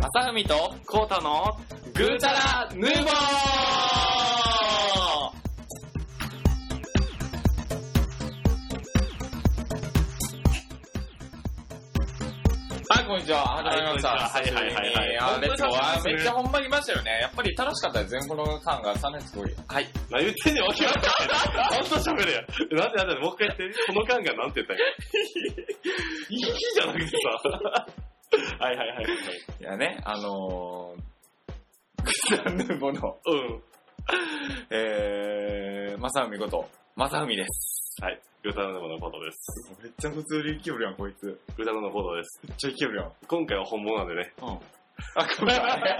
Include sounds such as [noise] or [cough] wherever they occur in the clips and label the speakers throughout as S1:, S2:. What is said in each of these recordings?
S1: 坂上とコータのグータラヌーボーはい、こんにちは。はじめました。
S2: はいこ
S1: 久し
S2: んにちは
S1: ぶりに
S2: はいはいはいはい
S1: あレッツゴーあ
S2: 本当
S1: め
S2: に
S1: っちゃほんまにいましたよね。やっぱり楽しかったです。全部の感が3年すごい。
S2: はい。何言ってんねん、わけわかんない。ちゃんと喋れや。なんでなんで、もう一回言って。この間がなんて言ったんや。いいじゃなくてさ。はいはいはい。
S1: いやね、あのー、グータラヌーボーの、
S2: うん。
S1: えー、まさふみこと、まさふみです。
S2: はい。グータラののことです。
S1: めっちゃ普通に生きよるやん、こいつ。
S2: グータラのことです。
S1: めっちゃ生きよるやん。
S2: 今回は本物なん
S1: [laughs]
S2: でね。
S1: うん。あ、今回ね、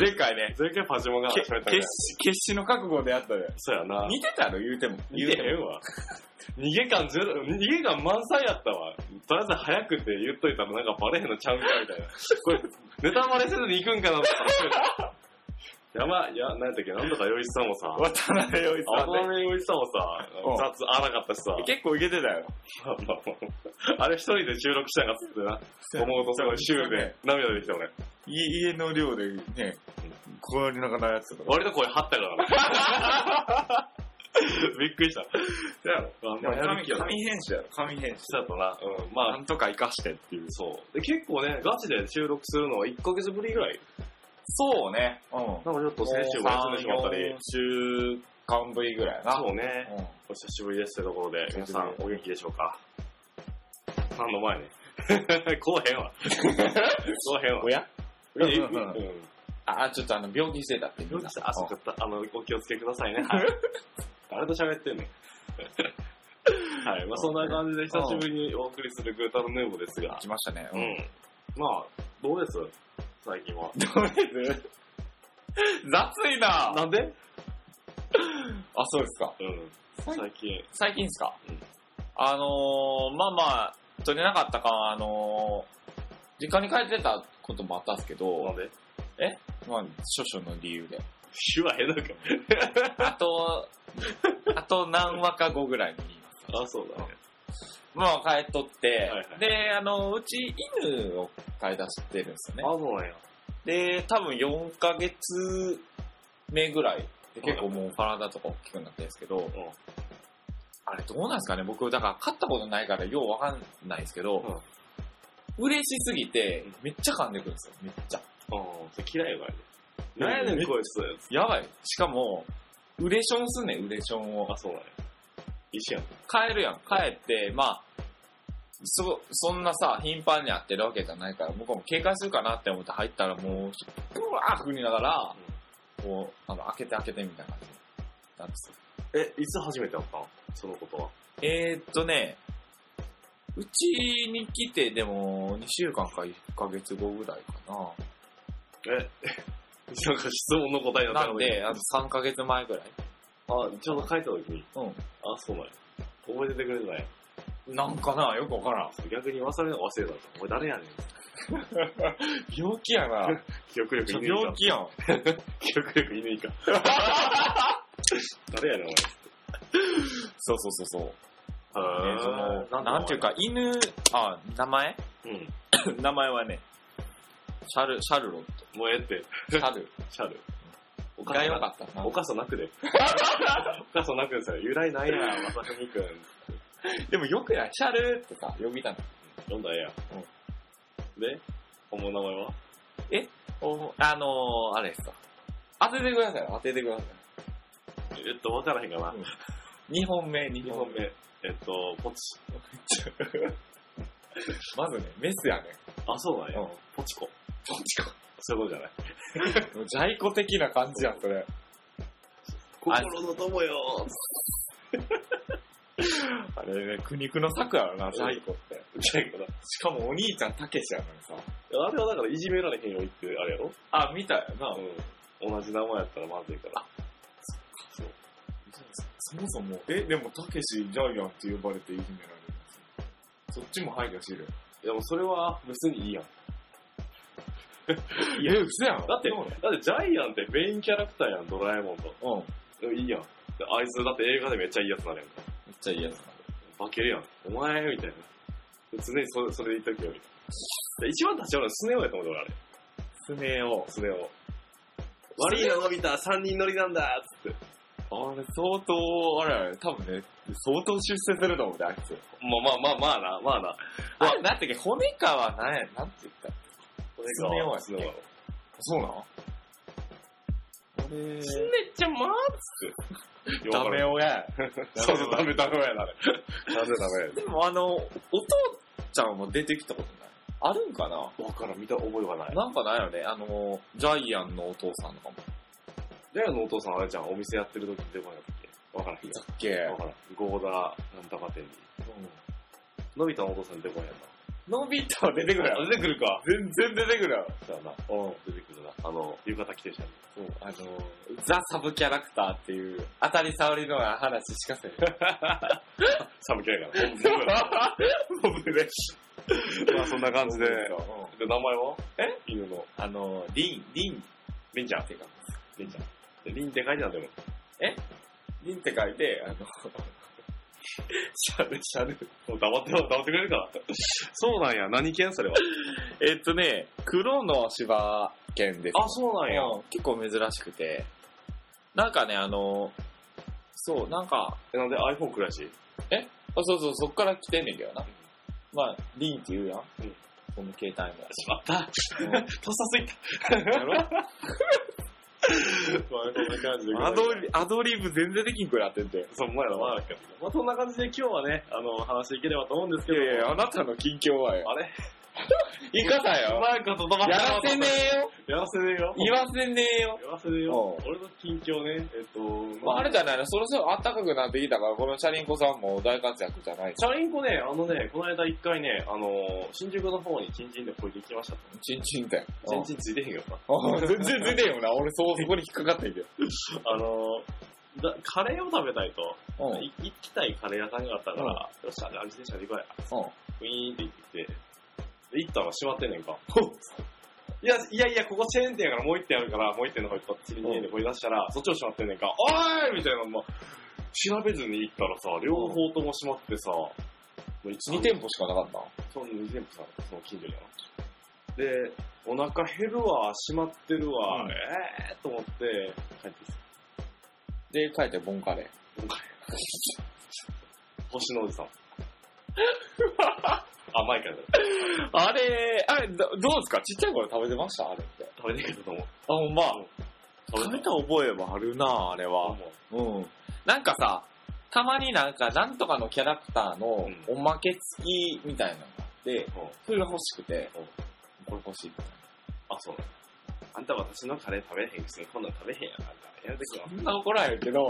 S1: 前回ね、
S2: 前回パジモンが
S1: け
S2: 喋ったから。
S1: 決死、決死の覚悟であったで。
S2: そうやな。
S1: 似てたろ、言うても。
S2: 言うて
S1: も。
S2: へんわ。逃げ感ゼロ、逃げ感満載やったわ。とりあえず早くって言っといたらなんかバレへんのちゃうんかみたいな。これ、ネタバレせずに行くんかなと思ったら。やばい、や、なんだっけ、なんとか洋一さんもさ、
S1: 渡辺陽一さん
S2: 渡
S1: ね。
S2: 辺洋一さんもさ
S1: うん、
S2: 雑荒かったしさ、 [laughs]
S1: 結構いけてたよ。
S2: あれ一人で収録したんかっつってな、思うとすごいシューで涙出てきた俺。
S1: い家の寮でね、氷の方のやつとか。
S2: 割と声張ったからな。 [laughs] びっくりした。あんまやる気やな。
S1: 編集やろ、紙編集。
S2: そうやったな。うん。まあ
S1: な、んとか生かしてっていう。
S2: そう。で、結構ね、ガチで収録するのは1ヶ月ぶりぐらい。
S1: そうね。うん。
S2: なんかちょっと先週も休んでしまったり。
S1: 週間ぶりぐらいやな。
S2: そうね。
S1: うん。
S2: お久しぶりですというところで、皆さんお元気でしょうか何の [laughs] 前ね。こうへんわ。こうへんわ。
S1: おや
S2: うん
S1: うん
S2: う
S1: うん
S2: ん
S1: うんあ、ちょっとあの、病気してたって。
S2: どうでしたあ、そうっかった。あの、お気をつけくださいね。 [laughs] はい。誰と喋ってんの [laughs] はい。まあそんな感じで久しぶりにお送りするグータのヌーボです
S1: ん
S2: が。
S1: 来ましたね。
S2: う。ん。まあ、どうです最近は。
S1: どうです雑いなあ、
S2: なんで
S1: そうですか。
S2: うん。最近。
S1: 最近ですか、
S2: うん
S1: あのー、まあまあ、取れなかったか、あのー、実家に帰ってたこともあったんですけ
S2: なん
S1: ど、
S2: で
S1: まあ、少々の理由で。
S2: 手話変なのか。
S1: あ
S2: [laughs]
S1: と、あと何話か後ぐらいに言います。
S2: あ、そうだね。
S1: まあ、帰っとって、
S2: はいはい
S1: で、あの、うち犬を飼い出してるんですよね。
S2: あ、そうなんや。
S1: で、多分4ヶ月目ぐらいで結構もう体とか大きくなってるんですけど、あれどうなんですかね僕、だから買ったことないからようわかんないですけど、嬉しすぎて
S2: うん、
S1: めっちゃ噛んでくるんですよ、めっちゃ。
S2: うん。それ嫌いよ、あれ。
S1: うん
S2: なんやねん、こいつ。
S1: やばい。しかも、ウレションすんねん、ウレションを。
S2: あ、そうなんや。一緒やん。
S1: 帰るやん、帰って、まあ、そ、そんなさ、頻繁に会ってるわけじゃないから、向こうも警戒するかなって思って入ったらもう、うわー振りながら、こう、あの、開けて開けてみたいな感じ。なんです
S2: え、いつ初めて会ったんそのことは。
S1: えー、っとね、うちに来て、でも、2週間か1ヶ月後ぐらいかな。
S2: なんか質問の答えだった
S1: な
S2: の
S1: ん
S2: に
S1: で、あの、3ヶ月前ぐらい。
S2: あ、ちょうど書いた時に。
S1: うん。
S2: あ、そうなんや。覚えててくれてない。
S1: なんかな、よくわからん。
S2: 逆に忘れるの忘れたの。俺誰やねん。
S1: 病気やな。
S2: 記憶力
S1: ちょ
S2: 犬以下
S1: 病。気やん。
S2: 記憶力犬以下。誰やねん、
S1: そうそうそうそう。
S2: お前。
S1: ねその、なんていうか、犬、あ、名前
S2: う
S1: [laughs]
S2: ん。
S1: 名前はね、シャル、シャルロッ [laughs]
S2: もうええって。
S1: ト。シャル。
S2: シャル。お
S1: が良かったな
S2: お。かそな
S1: [laughs]
S2: くで。おかそなくでさ、由来ないやん、まさふみくん。
S1: でもよくないシャルってさ、呼びたの。
S2: 読んだらええやん。で、本物の名前は
S1: おあのー、あれですか。当ててください、当ててくださ
S2: えっと、わからへんかな。
S1: い。2本目、2
S2: 2
S1: 本
S2: 本
S1: 目。
S2: 目。えっと、ポチ。
S1: まずね、メスやね。
S2: あ、そうなんや。
S1: うん
S2: ポチコ。
S1: どっちか。
S2: そういうことじゃない。
S1: もうジャイコ的な感じやん、それ。
S2: 心の友よ
S1: あれね、苦肉の策やろな、ジャイコって。
S2: じゃあ、こ
S1: しかもお兄ちゃん、たけしやのにさ。
S2: れあれはだから、いじめられへんようにって、あれやろ
S1: あ、見たよな。
S2: うん。同じ名前やったらまずいから。そう。
S1: そもそも、え、でも、たけし、ジャイアンって呼ばれていじめられるんですよそっちも配慮してる。
S2: でもそれは別にいいやん。
S1: いや、嘘やん。
S2: だって、だってジャイアンってメインキャラクターやん、ドラえもんと。
S1: うん。
S2: でもいいやん。であいつだって映画でめっちゃいいやつなるやんか。
S1: めっちゃいいやつ
S2: 化けるやん。お前みたいな。常にそれそれで言っとくよ、みたいな。で一番立ち上がるのはスネ夫やと思うよ、あれ。
S1: すねを。
S2: それを。悪いの伸びた3人乗りなんだつって。
S1: あれ、相当、あれあれ、多分ね、相当出世すると思うね、あいつ。
S2: まあまあまあまあな、まあな。
S1: あれ、なんていうっけ、骨川なんや、なんて言った
S2: こ
S1: スネ夫や
S2: スネ夫
S1: そうなの俺、
S2: スネちゃまーつって。
S1: ダメ
S2: よ。
S1: 親 [laughs] や。
S2: そうそう、ダメダメやな。なんでダメや
S1: でもあの、お父ちゃんも出てきたことない。あるんかな
S2: わからん、見た覚えはない。
S1: なんかないよね。あの、ジャイアンのお父さんとかも。
S2: ジャイアンのお父さん、あれじゃん、お店やってる時出番やったっけわからんけ
S1: だっけ、
S2: ど。わからん。ゴーダーなんとか店に。のび太のお父さん出番やった。
S1: のび太は出てくるやろ。
S2: 出てくるか。
S1: 全然出てくるやろ。
S2: そうやな。うん、出てくるな。あの、浴衣着てるじゃん。
S1: そう、あの、ザ・サブキャラクターっていう、当たり障りのない話し [laughs] かせん。
S2: 寒気ない [laughs] から。
S1: [laughs]
S2: モブで。まあそんな感じで。
S1: そうそうそう
S2: で、名前はえ犬の。
S1: うんあの、リン、リンっ
S2: りんちゃん。
S1: ていうか、
S2: りんちゃん。でりんって書いてあるんだよ。
S1: リンって書いて、あの、
S2: シャルシャル。もう黙って、黙ってくれるから。そうなんや。何犬それは。
S1: えっとね、黒の芝犬です。
S2: あ、そうなんや。
S1: うん結構珍しくて。なんかね、あの、そう、なんか、
S2: えなんで iPhone くらしい。
S1: あそうそう、そっから来てんねんけどな。まあ、リンって言うやん。
S2: ん
S1: この携帯も。
S2: しま [laughs] った。
S1: うん
S2: とっさすぎた。
S1: や
S2: [laughs]
S1: ろ
S2: まあ、こんな感じで。
S1: アドリアドリブ全然できんくらいってんて。
S2: そう、前だ、前だっけ。まあ、そんな感じで今日はね、あの、話していければと思うんです
S1: い
S2: けど。
S1: やいや、あなたの近況はよ。
S2: あれ
S1: いかさ
S2: う
S1: よ。
S2: まいこと止ま
S1: や
S2: った。
S1: らせねえよ。
S2: やらせねえよ。
S1: 言わせねえよ。
S2: 言わせるよ。俺の近況ね、えっと、
S1: まあ、あれじゃないの、そろそろ暖かくなってきたから、このチャリンコさんも大活躍じゃない
S2: チャリンコね、あのね、この間一回ね、あのー、新宿の方にチンチンでこいて行きましたと。
S1: チンチンだよ。
S2: チンチンついてへんよな。
S1: あ全然出てんよな。俺、そう、そこに引っかかってんけど。
S2: あのー、だカレーを食べたいと、
S1: うん。
S2: い行きたいカレー屋さんがあったから、よっしゃ、自転車で行こうや。
S1: う
S2: ウィーンって行ってきて、で、行ったら閉まってんねんか。いや、いやいや、ここチェーン店やからもう一店あるから、もう一店の方こっちにでこれ出したら、そっちも閉まってんねんか。おーいみたいな、まあ、調べずに行ったらさ、両方とも閉まってさ、もう一
S1: ん。2店舗しかなかった
S2: その2店舗さん、その近所にあるで、お腹減るわ、閉まってるわ、
S1: うん
S2: ええーと思って帰ってきた。
S1: で、帰ってボンカレー。
S2: 星のおじ
S1: [laughs]
S2: さん。あ、マイカルだ。
S1: あれ、あれ、どどうですかちっちゃい頃食べてましたあれって。
S2: 食べてくると思う。
S1: あ、ほんま
S2: 食
S1: 食
S2: べ
S1: べ
S2: た
S1: た覚えはあるな、あれ
S2: と
S1: は。
S2: 思う。
S1: うん。なんかさ、たまになんか、なんとかのキャラクターの
S2: うん
S1: おまけ付きみたいなのがあって、
S2: うん
S1: それが欲しくて
S2: う
S1: こ
S2: ん、
S1: れ欲しいみたいな。
S2: あ、そう。あんた私のカレー食べへんくせに今度は食べへんやん。あんた、やめてくわ。
S1: そんな怒られるけど、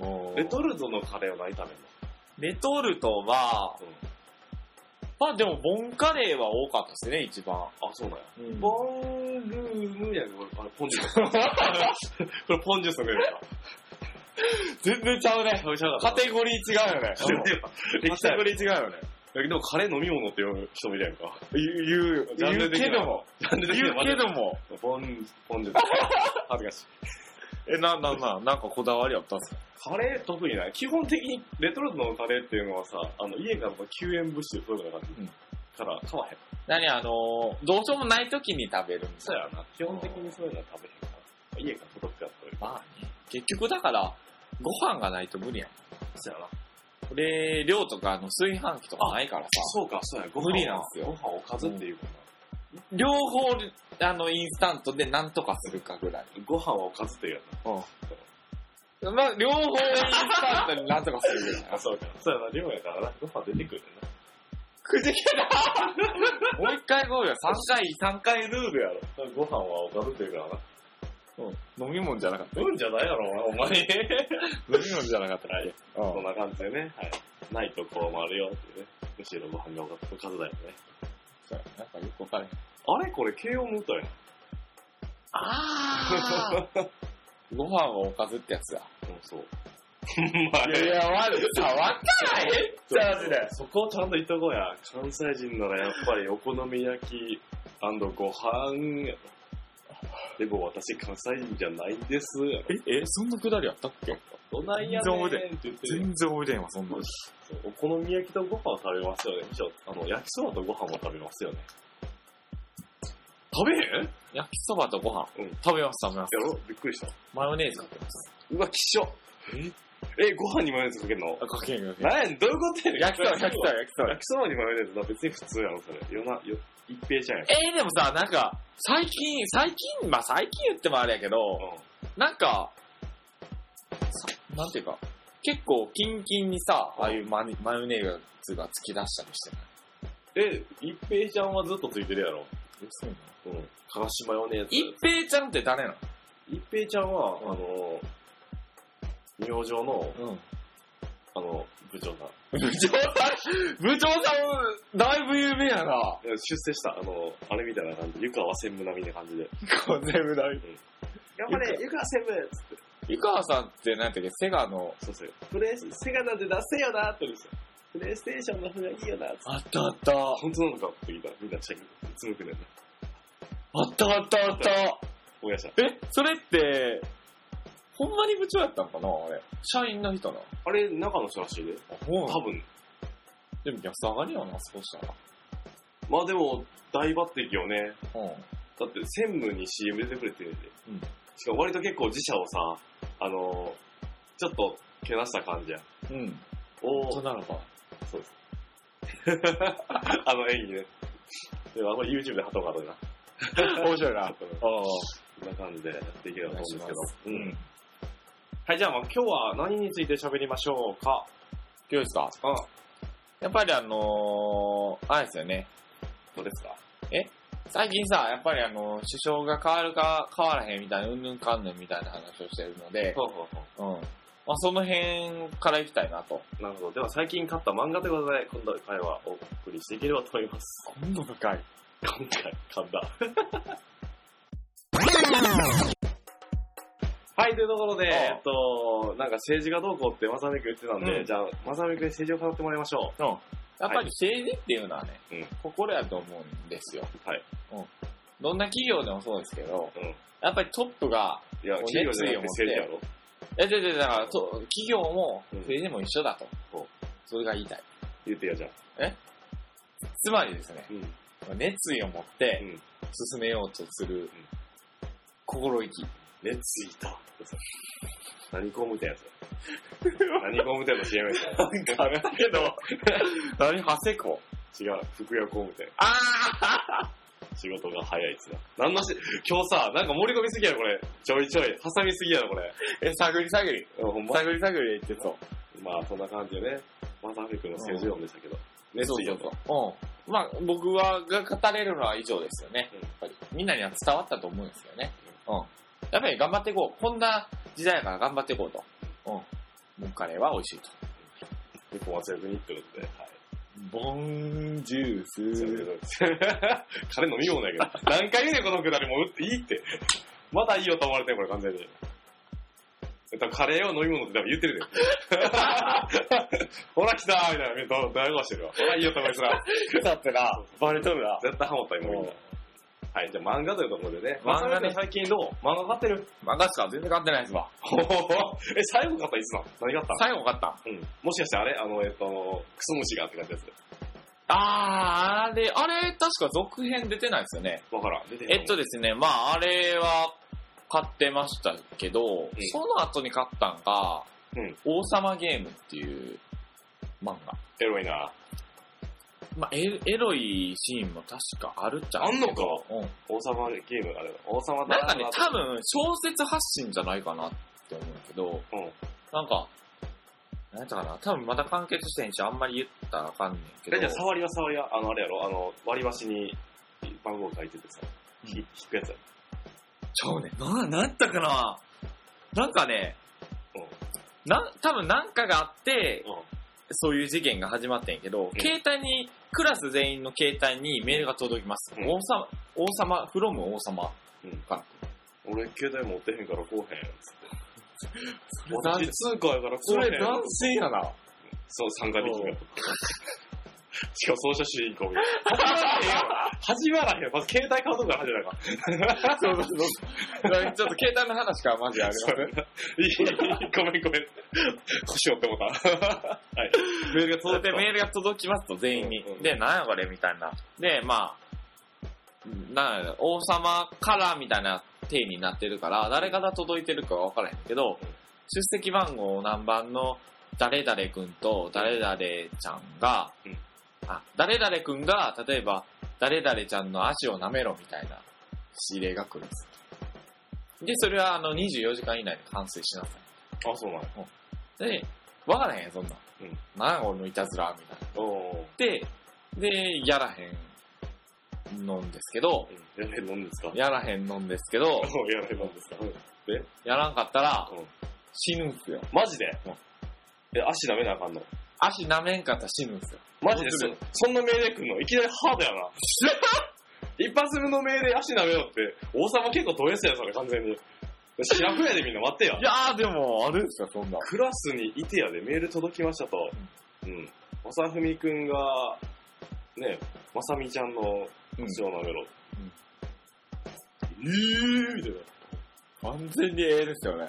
S2: 思う
S1: レ
S2: レ
S1: ト
S2: ト
S1: ル
S2: ルトのカレーは何食べんの
S1: レトルトは、まあでも、ボンカレーは多かったですね、一番。
S2: あ、そうなんや。
S1: うん
S2: ボンルームやん。これ、あれポンジュース。 [laughs] これ、ポンジュースのメニューか。
S1: 全然ちゃうね。
S2: 食べちゃう
S1: カテゴリー違うよね。
S2: できた
S1: カテゴリー違うよね。
S2: でもカレー飲み物って呼ぶ人もいるやんか。
S1: 言う、
S2: 残
S1: 言
S2: 念
S1: う
S2: できな
S1: け
S2: い
S1: ども。
S2: なんで
S1: 言うけども。
S2: ポン、ポンジュ恥ずかしい。
S1: え、な、な、な、なんかこだわりあったんすか
S2: カレー得意ない。基本的にレトルトのカレーっていうのはさ、あの、家が救援物資でそういうのが感じ、
S1: うん
S2: から買わへん。
S1: 何あのー、どうしようもない時に食べるみた
S2: そ
S1: いうな。
S2: やな。基本的にそういうのは食べへんから。家が届くから食べる。
S1: まあね。結局だから、ご飯がないと無理やん。
S2: そうやな。
S1: これ、量とかあの炊飯器とかないからさ、
S2: そうか、そうや。ご
S1: 無理
S2: は
S1: なんすよ
S2: ご飯おかずっていうかな。
S1: 両方、あの、インスタントでなんとかするかぐらい。
S2: ご飯はおかずっていうや
S1: うん。まあ、両方インスタントでなんとかするぐら
S2: な。
S1: い。
S2: そうか。そうやな、量やからな。ご飯出てくるな。
S1: くじけたもう一回行こうよ。三回、三回ルールやろ。
S2: ご飯はおかずっていうからな。
S1: うん。飲み物じゃなかった。
S2: うんじゃないやろ、お前。お前
S1: 飲み物じゃなかった。
S2: はい。
S1: うん
S2: そんな感じでね、はい。ないとこうもあるよっていうね。むしろご飯がおかずおかずだよね。
S1: そうやなんかよくわかれへん。
S2: あれこれ、慶応の歌やん。
S1: あーご飯はおかずってやつだ。
S2: [laughs] うん、そう。 [laughs] まあ、
S1: や、わ、さ、わからへんって話だよ。
S2: そこをちゃんと言っとこうや。関西人ならやっぱりお好み焼きご飯やろ。でも私関西人じゃないんですやろ。
S1: え、え、そんなくだりあったっけ
S2: どないやねんって言ってるやん
S1: 然覚えてへんわ、そんなの。
S2: そうお好み焼きとご飯を食べますよね。むしろ、あの、焼きそばとご飯も食べますよね。食べへんや
S1: 焼きそばとご飯。
S2: うん
S1: 食べます、食べます。
S2: ろびっくりした。
S1: マヨネーズかけます。
S2: うわ、きしょ。え、ご飯にマヨネーズかけるの
S1: あ、かけへんかけへん。
S2: なんやどういうことやねん。
S1: 焼きそば、焼きそば、焼きそば。
S2: 焼きそばにマヨネーズだ。別に普通やろ、それ。よな、よ、一平じゃんや。
S1: えー、でもさ、なんか、最近、最近、まあ最近言ってもあれやけど、なんか、さなんていうか、結構キンキンにさ、ああいうマニマヨネーズが突き出したりしてない。
S2: え、一平ちゃんはずっとついてるやろ。うん。かがしマヨネーズ。
S1: 一平ちゃんって誰な
S2: 一平ちゃんは、
S1: うん
S2: あの、明星の、
S1: のうん。
S2: あの、部長さん。
S1: 部長さん、部長さん、だいぶ有名やな。
S2: いや出世した、あの、あれみたいな感じ。湯川専務並みな感じで。
S1: こ全部だ
S2: 頑
S1: 張れ
S2: 湯川専務つって。
S1: 湯川さんってなんていうか、セガの、
S2: そうそう。プレイス、セガなんて出せよなって言うんですよ。プレイステーションの方がいいよなって。
S1: あったあった。あ
S2: 本当なのかって聞いたら、みんなチェック。つむくねんな。
S1: ったあったあった。
S2: 親やした。
S1: え、それって、ほんまに部長やったんかなあれ。社員の人な。
S2: あれ、中の人らしいで。
S1: あ、ほ
S2: 多分。
S1: でも安上がりやな、そうしたら。
S2: まあでも、大抜擢よね。
S1: うん。
S2: だって、専務に CM 出てくれてるんで。
S1: うん
S2: しかも割と結構自社をさ、あの、ちょっと、けなした感じや。
S1: うん。
S2: お
S1: と
S2: ー、
S1: ならば。
S2: [laughs] あの演技ね。でもあんまり YouTube で鳩があるな。
S1: [laughs] 面白いな。ああ。
S2: こんな感じでやっていけれ
S1: お
S2: ば
S1: 願
S2: と
S1: いし
S2: 思
S1: ま
S2: うんです
S1: す。
S2: けど。うん。。はい、じゃあまあ今日は何について喋りましょうか。
S1: 今日ですか
S2: うん。
S1: やっぱりあのー、あれですよね。
S2: どうですか
S1: 最近さ、やっぱりあの、首相が変わるか変わらへんみたいな、うんぬんかんぬんみたいな話をしてるので、
S2: そうそう
S1: うん。まあ、その辺から行きたいなと。
S2: そう。なるほど。では最近買った漫画でございます、今度の会話をお送りしていければと思います。
S1: 今度の回。
S2: 今回、噛んだ。はい、というところで、
S1: ああ
S2: えっと、なんか政治がどうこうってまさみく言ってたんで、
S1: うん
S2: じゃあ、まさみくに政治を語ってもらいましょ
S1: うん。やっぱり政治っていうのはね、
S2: うん
S1: 心やと思うんですよ。
S2: はい。
S1: うん。どんな企業でもそうですけど、
S2: う。うん。
S1: やっぱりトップが、
S2: いや、
S1: もう
S2: 企業じゃなく
S1: 熱
S2: て
S1: 意
S2: 政治
S1: を
S2: やろ。
S1: え、で、で、だから、そう企業も
S2: うん
S1: 政治も一緒だと。
S2: ほう
S1: それが言いたい。
S2: 言ってやじゃん。
S1: つまりですね、
S2: うん。
S1: 熱意を持って進めようとする心意気。
S2: 熱意だ。何工務店
S1: [laughs]
S2: やつ何工務店の CM やつ
S1: あったけど、何、長谷子
S2: 違う、福屋工務店。
S1: あ
S2: 仕事が早いっつな。何のし、今日さ、なんか盛り込みすぎやろ、これ。ちょいちょい。挟みすぎやろ、これ。
S1: あえ、探り探り。
S2: うん、ほんま。
S1: 探り探りで言ってそう。
S2: まあ、そんな感じでね。まさふくの政治論でしたけど。熱
S1: そう
S2: 意
S1: そ
S2: よ
S1: う
S2: と。
S1: そう。うん。まあ、僕は、が語れるのは以上ですよね。
S2: うん
S1: やっぱり。みんなには伝わったと思うんですよね。うん。やっぱり頑張っていこう。こんな時代やから頑張っていこうと。うん。もうカレーは美味しいと。
S2: 日本は強くにってことで。はい。
S1: ボンジュー
S2: 強
S1: ス。
S2: く彼飲み物やけど。何回言うねん、このくだり。もう、いいって。まだいいよと思われてるこれ、完全に。えっと、カレーを飲み物って多分言ってるで。ほら来たーみたいな。みんな、どういう顔してるわ。ほらいいよと思いつら。
S1: だってな、バレとるな。
S2: 絶対ハモった、今みんな。はい、じゃあ漫画というところでね。
S1: 漫画ね
S2: まさみくん最近どう漫画買ってる
S1: 漫画しか全然買ってないですわ。
S2: ほほほえ、最後買ったいつなの何買ったの
S1: 最後買った。
S2: うん。もしかしてあれあの、えっと、クソ虫がって感じです。
S1: あー、あれ、あれ、確か続編出てないですよね。
S2: わからん。出てんの
S1: えっと、ですね、まあ、あれは買ってましたけど、その後に買ったんが、
S2: うん
S1: 王様ゲームっていう漫画。
S2: エロいな。
S1: まあ、エエロいシーンも確かあるっちゃるけどうん。
S2: 王様ゲームあれだ。王様だ
S1: なんかね、
S2: な
S1: 多分、小説発信じゃないかなって思うんだけど、
S2: うん
S1: なんか、なんやったかな、多分まだ完結してへんし、あんまり言ったらあかんねんけど。
S2: えじゃあ、触りは触りは、あの、あれやろあの、割り箸に番号書いててさ、
S1: うん
S2: ひ引くやつや
S1: ちゃうね。な、なんやったかななんかね、
S2: うん
S1: な、多分なんかがあって、
S2: ろ。
S1: そういう事件が始まってんけど、
S2: うん
S1: 携帯に、クラス全員の携帯にメールが届きます。
S2: うん
S1: 王様、王様、フロム王様。
S2: うん。うん。俺、携帯持ってへんからこうへん。
S1: 男
S2: [laughs] 私通貨やからこう
S1: そ
S2: へん。
S1: れ斬新やな。
S2: そう、参加できんかった。 [laughs] しかも、そうした主人公みたいな。始まらへんよ。まず携帯買うとこから始まるから。
S1: そうそうそう。だから [laughs] ちょっと携帯の話からマジあります。
S2: い [laughs] いごめんごめん。腰折っても [laughs] うた。はい。メールが
S1: それ
S2: 届
S1: で
S2: いて
S1: メールが届きますと全員に
S2: うんう。ん
S1: で、なんやこれみたいな。で、まあ、なんやろ王様からみたいな体になってるから、誰から届いてるかは分からへんけど、出席番号何番の誰々君と誰々ちゃんが、
S2: うん
S1: あ、誰々君が、例えば、誰々ちゃんの足を舐めろみたいな指令が来るんです。で、それはあの24時間以内に完成しなさ
S2: あ、そうなんや。
S1: い。で、分からへんやん、そんなん。
S2: うん
S1: なんやこのいたずら、みたいな。
S2: おー。
S1: で、で、やらへんのんですけど、
S2: やれなんですか
S1: やらへんのんですけど、
S2: やれなんですか
S1: やらんかったら
S2: うん
S1: 死ぬんすよ。
S2: マジで
S1: うん
S2: え、足舐めなあかんの
S1: 足舐めんかったら死ぬんすよ。
S2: マジで
S1: どうす
S2: そ
S1: る
S2: そんな命令来んのいきなりハードや [laughs] な。一発目の命令足舐めろって、王様結構遠いやつやそれ完全に。シラフやでみんな待ってや
S1: い。やーでも、あれですか、そんな。
S2: クラスにいてやでメール届きましたと。うん。まさふみくんが、ね、まさみちゃんの
S1: うん
S2: 足を舐めろ。
S1: うん
S2: えーみたいな。
S1: 完全にええですよね。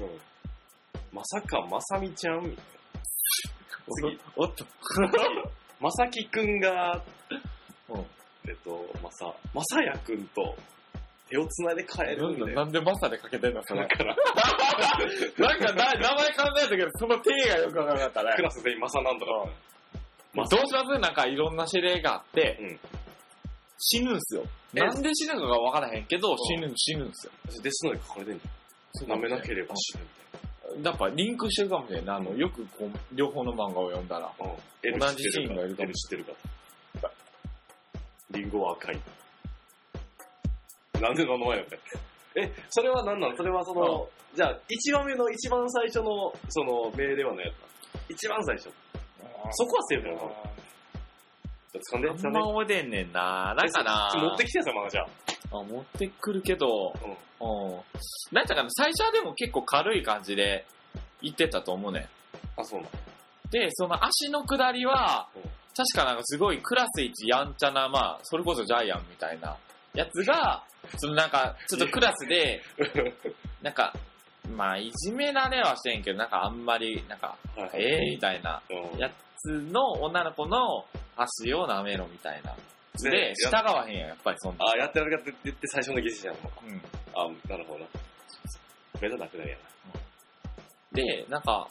S2: うんまさか、まさみちゃんみたい次
S1: おっと。
S2: な。 [laughs] まさきくんが、
S1: うん
S2: えっと、まさ、まさやくんと手を繋いで帰るん
S1: な
S2: だ
S1: ん
S2: よ。
S1: なんでマサでかけてんのそ
S2: だ
S1: れ。 [laughs]
S2: から、
S1: なんかな、名前考えたけど、その手がよくわからな [laughs] かったね。
S2: クラス全員まさなんとか。
S1: まあ、どうしますなんかいろんな指令があって、
S2: うん
S1: 死ぬんすよ。
S2: え
S1: なんで死ぬのかわからへんけど、
S2: ん
S1: 死ぬ、死ぬんすよ。
S2: 私、デスノイ書かれてんじゃん。舐めなければ死ぬみ
S1: やっぱリンクしてるかもしれんない。あの、よくこう、両方の漫画を読んだら。
S2: たいな。
S1: 同
S2: L 知
S1: じ
S2: って
S1: シー
S2: る
S1: ン
S2: か
S1: がいるかも
S2: L 知ってるかリンゴは赤い。なんで名前やったえ、それは何なのそれはその、じゃあ、一番目の一番最初の、その、命令は何やったの一番最初。そこはセーフやな。じゃあ、掴んで、
S1: あ
S2: 掴
S1: ん
S2: んで
S1: ま。覚えてんねんな。なんかな
S2: ちょっと持ってきてよ、さ、まだじゃあ。
S1: あ持ってくるけど、
S2: うん。
S1: うん。なんだかな、最初はでも結構軽い感じで行ってたと思うね
S2: あ、そうなの。
S1: ん。で、その足の下りは
S2: うん、
S1: 確かなんかすごいクラス一やんちゃな、まあ、それこそジャイアンみたいなやつが、そのなんか、ちょっとクラス
S2: [laughs]
S1: で、なんか、まあ、いじめられはしてんけど、なんかあんまり、なんか、
S2: はい
S1: ええー、みたいな
S2: うん
S1: やつの女の子の足を舐めろみたいな。で、従
S2: や
S1: わへんやん、やっぱりそんな。
S2: あ、やってやるかって言って最初のゲスじゃん。
S1: うん。
S2: あ、なるほどな。目立たなくなるや
S1: で、なんか、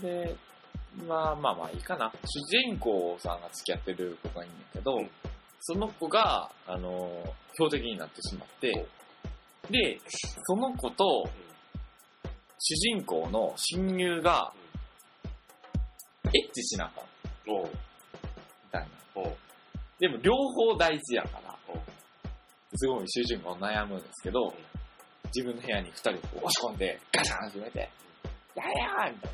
S1: で、まあまあまあいいかな。主人公さんが付き合ってる子がいいんだけど、
S2: うん
S1: その子が、あのー、標的になってしまって、で、その子と
S2: な。
S1: 主人公の親友が、エッチしなあかん、み
S2: うん。おう
S1: たいな。
S2: おう
S1: でも両方大事やから
S2: うん、
S1: すごい主人公悩むんですけ
S2: ん
S1: ど、自分の部屋に二人を押し込んで、ガシャン閉めて、やれよみたい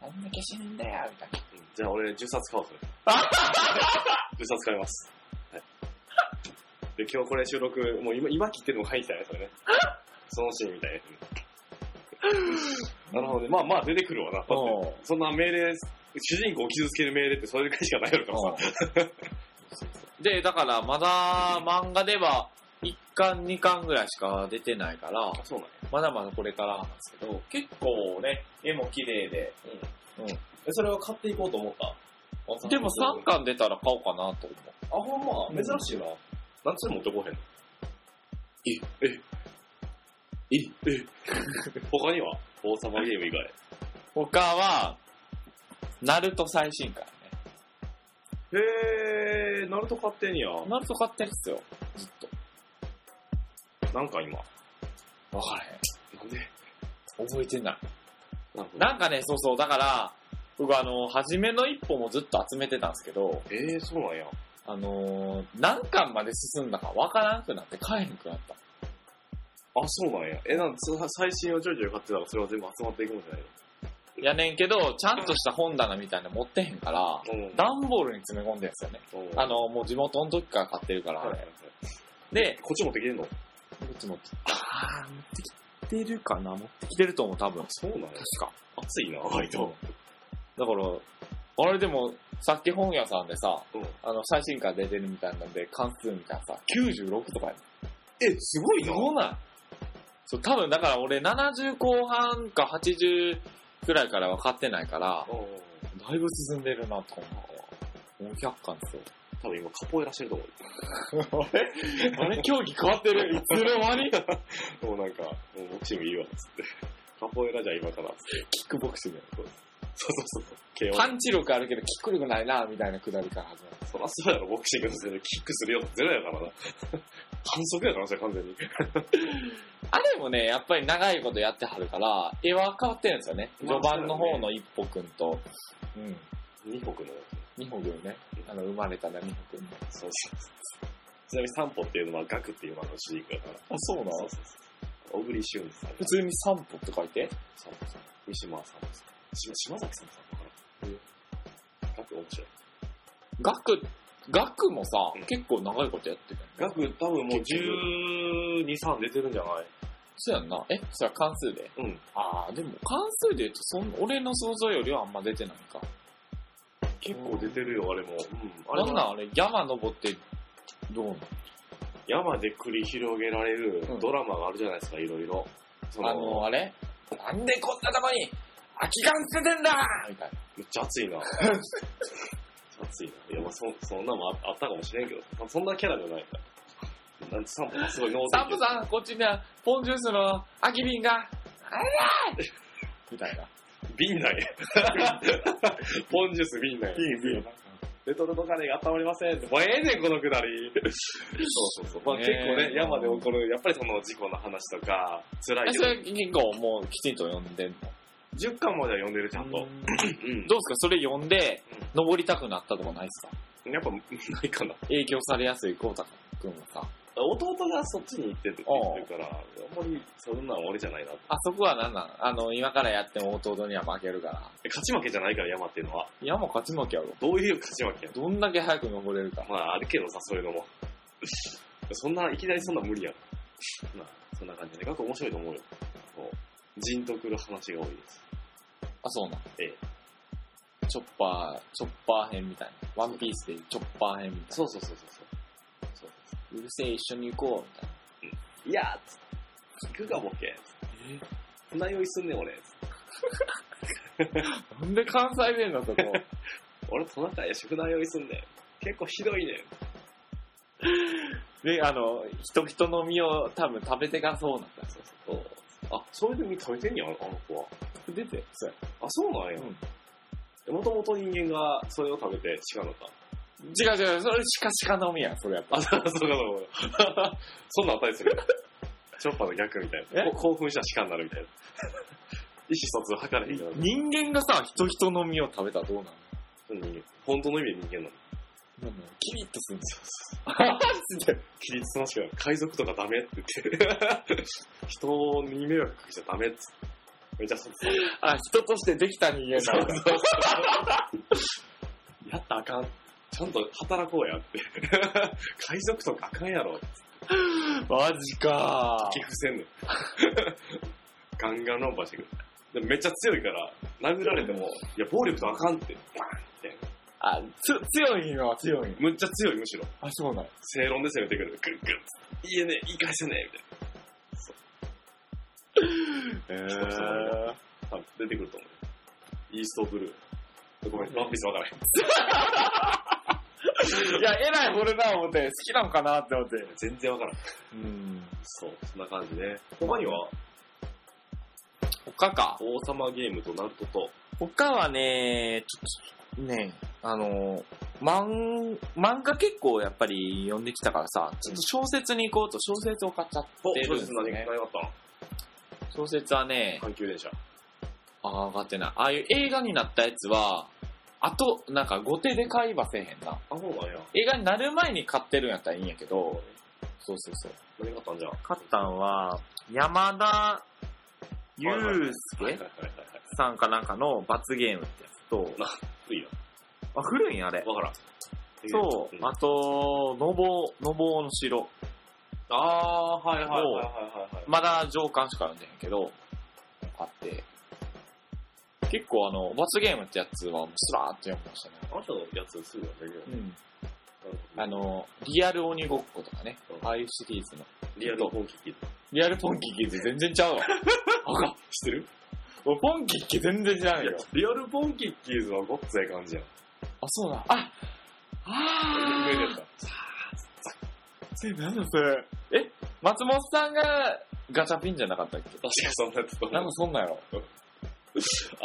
S1: な。なんで消しねえんだよみたいな。
S2: うんじゃあ俺10冊買おうそ [laughs] れ。10冊買います。はい。で、今日これ収録、もう今、今切ってるのも書いてたね、それね。そのシーンみたいなや [laughs] つね。なるほどね。まあまあ出てくるわな。だって
S1: うん
S2: そんな命令、主人公を傷つける命令ってそれしかないやろからさ。
S1: で、だからまだ漫画では1巻2巻ぐらいしか出てないから、
S2: あ、そうなんや。
S1: まだまだこれからなんですけど、結構ね、絵も綺麗で。
S2: それは買っていこうと思った
S1: でも3巻出たら買おうかなと思う。
S2: あ、ほん
S1: ま
S2: 珍しいな。なんつうの持ってこへんのえ、え、え、 [laughs] え。他には王様ゲーム以外。
S1: 他は、ナルト最新巻ね。
S2: へー、ナルト買ってんや。
S1: ナルト買ってるっすよ、ずっ
S2: なんか今。
S1: と。わからへん。
S2: なんで
S1: 覚えてない。
S2: なんか
S1: なんかね、そうそう、だから、僕あの、初めの一歩もずっと集めてたんですけど、
S2: えー、そうなんや。
S1: あのー何巻まで進んだかわからんくなって買えへんくなった。
S2: あ、そうなんや。え、なんつ最新をちょいちょい買ってたらそれは全部集まっていくもんじゃない
S1: いやねんけど、ちゃんとした本棚みたいなの持ってへんから、
S2: のうん
S1: 段ボールに詰め込んでるんですよね。
S2: うん
S1: あの、もう地元の時から買ってるから、
S2: はい
S1: あ
S2: はいは
S1: れ。
S2: い
S1: で、
S2: こっち持ってきてんの
S1: 持って持って、あー、持ってきてるかな持ってきてると思う、多分。
S2: そうなんや。
S1: 確か。
S2: 暑いな、割と。
S1: だから、あれでも、さっき本屋さんでさ、
S2: うん
S1: あの、最新刊出てるみたいなんで、関数みたいなさ、96とかやね
S2: え、すごい
S1: すごないそう、多分だから俺70後半か80くらいからは買ってないから、
S2: うん
S1: だいぶ進んでるなと思う。400巻ですよ。
S2: 多分今カポエラしてると思う。
S3: あれ競技変わってる。いつの間に
S2: もうなんか、もうボクシングいいわ、つって。 [laughs] カポエラじゃ今から、
S1: キックボクシングやろ
S2: そうそうそう。
S1: [laughs]
S2: KO。
S1: パンチ力あるけど、キック力ないな、みたいなくだりから始まる。
S2: そらそうやろ、ボクシングのせいでキックするよってゼロやからな。 [laughs] 反則やからな、それ完全に。
S1: あれもね、やっぱり長いことやってはるから、絵は変わってるんですよね。
S3: まあ
S1: 序盤の方の一歩くんと、うん、
S2: 二国のや
S1: 二歩くんね。あの、生まれたね、二歩くんね。
S2: つ。そうそうそう。ちなみに三歩っていうのはガクっていうのの主人公だから。
S1: あ、そうなの
S2: そうそうそう。小栗旬さん。
S1: 普通に三歩って書いて。
S2: 三歩さん。三島さん。島島崎さんさんだから。ガク面白い。
S1: 学、学もさ、
S2: うん
S1: 結構長いことやってる
S2: ガク多分もう12、3出てるんじゃない
S1: そうやんな。え、それは関数で。
S2: うん。
S1: ああ、でも関数で言うと、そん俺の想像よりはあんま出てないか。
S2: 結構出てるよ、あれも。うん。あれ
S1: なんな
S2: は
S1: んあれ、山登って、どうなの
S2: 山で繰り広げられる
S1: うん
S2: ドラマがあるじゃないですか、いろいろ。その
S1: あの、あれなんでこんな玉に空き缶捨ててんだみたいな。
S2: めっちゃ熱いな。熱いな。いや、まあそ、そんなもんああったかもしれんけど、まあそんなキャラじゃないから。なんて散歩がすごい脳
S1: サンプさん、こっちにはポンジュースの空き瓶が、あれーみたいな。
S2: 瓶内。
S1: [laughs]
S2: ポンジュース瓶内。
S1: 瓶
S2: レトルトカレーが温まりません。もうええねん、このくだり。そうそうそう。まあ
S1: ね
S2: 結
S1: え
S2: 構ね、山で起こる、やっぱりその事故の話とか、辛
S1: え
S2: いけ
S1: そ
S2: ど、
S1: れ結構もうきちんと読んでんの。
S2: 10巻までは読んでる、ちゃんと。
S1: どう
S2: う
S1: ですか
S2: ん。
S1: それ読んで、登りたくなったとかないですか
S2: やっぱ、ないかな。
S1: 影響されやすいこうたくんはさ。
S2: 弟がそっちに行ってって言ってるから、あんまり、そんなん俺じゃないな。
S1: あそこはなんなんあの、今からやっても弟には負けるから。
S2: 勝ち負けじゃないから、山っていうのは。
S1: 山勝ち負けやろ。
S2: どういう勝ち負けや
S1: どんだけ早く登れるか。
S2: まあ、あるけどさ、そういうのも。そんな、いきなりそんな無理やろ。まあ、そんな感じで、学校面白いと思うよ。こう、じんとくる話が多いです。
S1: あ、そうなん。
S2: え
S1: チョッパー、チョッパー編みたいな。ワンピースでチョッパー編みたいな。
S2: そうそうそうそうそう。そう
S1: うるせえ、一緒に行こう、みたいな。
S2: いやーつ行くか、ボケ。船酔いすんねん、俺。
S1: なんで関西弁 [laughs] だとこ。
S2: 俺、トナカイやし、船酔いすんねん。結構ひどいねん。
S1: で、あの、人々の実を多分食べてかそうなんだ。
S2: そうそうそう。あ、そういうのに食べてんねや、あのあの子は。
S1: 出て、そう
S2: あ、そうなんや。もともと人間がそれを食べて鹿だった。
S1: や。違う違う、それシカシカの実やん、それやっぱ。
S2: あ、そうかそうか。そんなんあったりす [laughs] る。チョッパーの逆みたいな。
S1: え
S2: こ興奮したら鹿になるみたいな。意思疎通図れへんから。
S1: 人間がさ、人々の実を食べたらどうなの
S2: 人間本当の意味で人間なの。
S1: なんだろうキリッとするんですよ。
S2: 規律なしから、海賊とかダメって言って。人に迷惑かけちゃダメっつって。めっちゃそうそう
S1: [laughs] あ、人としてできた人間なんだ。
S2: [laughs] やったらあかん。ちゃんと働こうやって。海賊とかあかんやろ。
S1: マジか
S2: 寄付せんねん。 [laughs] ガンガン論破してくる。でもめっちゃ強いから、殴られても、いや、暴力とあかんって。バーンって。
S1: あ、つ、強いのは強いの。
S2: むっちゃ強い、むしろ。
S1: あ、そうなん。
S2: 正論で攻めてくる。グッグッ。言えねえ、言い返せねえ、み
S1: へ
S2: ーたいな。多分出てくると思う。イーストブルー。ごめん、ワンピースわからへん。
S1: いや、えらい俺だ思って、好きなのかなって思って。
S2: 全然わからん。
S1: うん。
S2: そう、そんな感じね。他には、
S1: 他か。
S2: 王様ゲームとナルトと、
S1: 他はね、ちょっと、ね、あの、漫、漫画結構やっぱり読んできたからさ、ちょっと小説に行こうと小説を買っちゃってるん
S2: 小
S1: で
S2: 説
S1: す
S2: 何
S1: ね
S2: が。なかったの
S1: 小説はね、
S2: 阪急電車。
S1: ああ、上がってない。ああいう映画になったやつは、あと、なんか後手で買いはせえへんな。
S2: あ、そうなんや。
S1: 映画になる前に買ってるんやったらいいんやけど、そうそうそう。
S2: 何買ったんじゃん。
S1: 買ったんは、山田
S2: はいはい
S1: 祐
S2: はい
S1: 介
S2: はいはいはいはい。
S1: さんかなんかの罰ゲームってやつと、
S2: いいよ。
S1: あ、古いんやあれ。
S2: わからん。
S1: そう
S2: え、ーん
S1: あと、のぼう、のぼうの城。
S2: あー、はいはいはいはいはいはい。
S1: まだ上巻しか読んでへんけど、あって。結構あの、罰ゲームってやつは、スラーって読みましたね。
S2: あの人のやつすぐやめるよ。
S1: うん。
S2: あ
S1: あ
S2: の、
S1: の、リアル鬼ごっことかね
S2: う。ん
S1: ああいうシリーズの。
S2: リアル本気聞いた。
S1: リアルポンキッキーって全然ち
S2: [laughs]
S1: ゃうわ。
S2: あ、知ってる
S1: 俺ポンキッキー全然知らないい
S2: や
S1: よ。、
S2: リアルボンキッキーズはごっつええ感じやん。
S1: あ、そうなん。ああ
S2: 上でやった。
S1: ついなんだそれ。え、松本さんがガチャピンじゃなかったっけ
S2: 確かそんなやつと
S1: なんかそんなんやろ。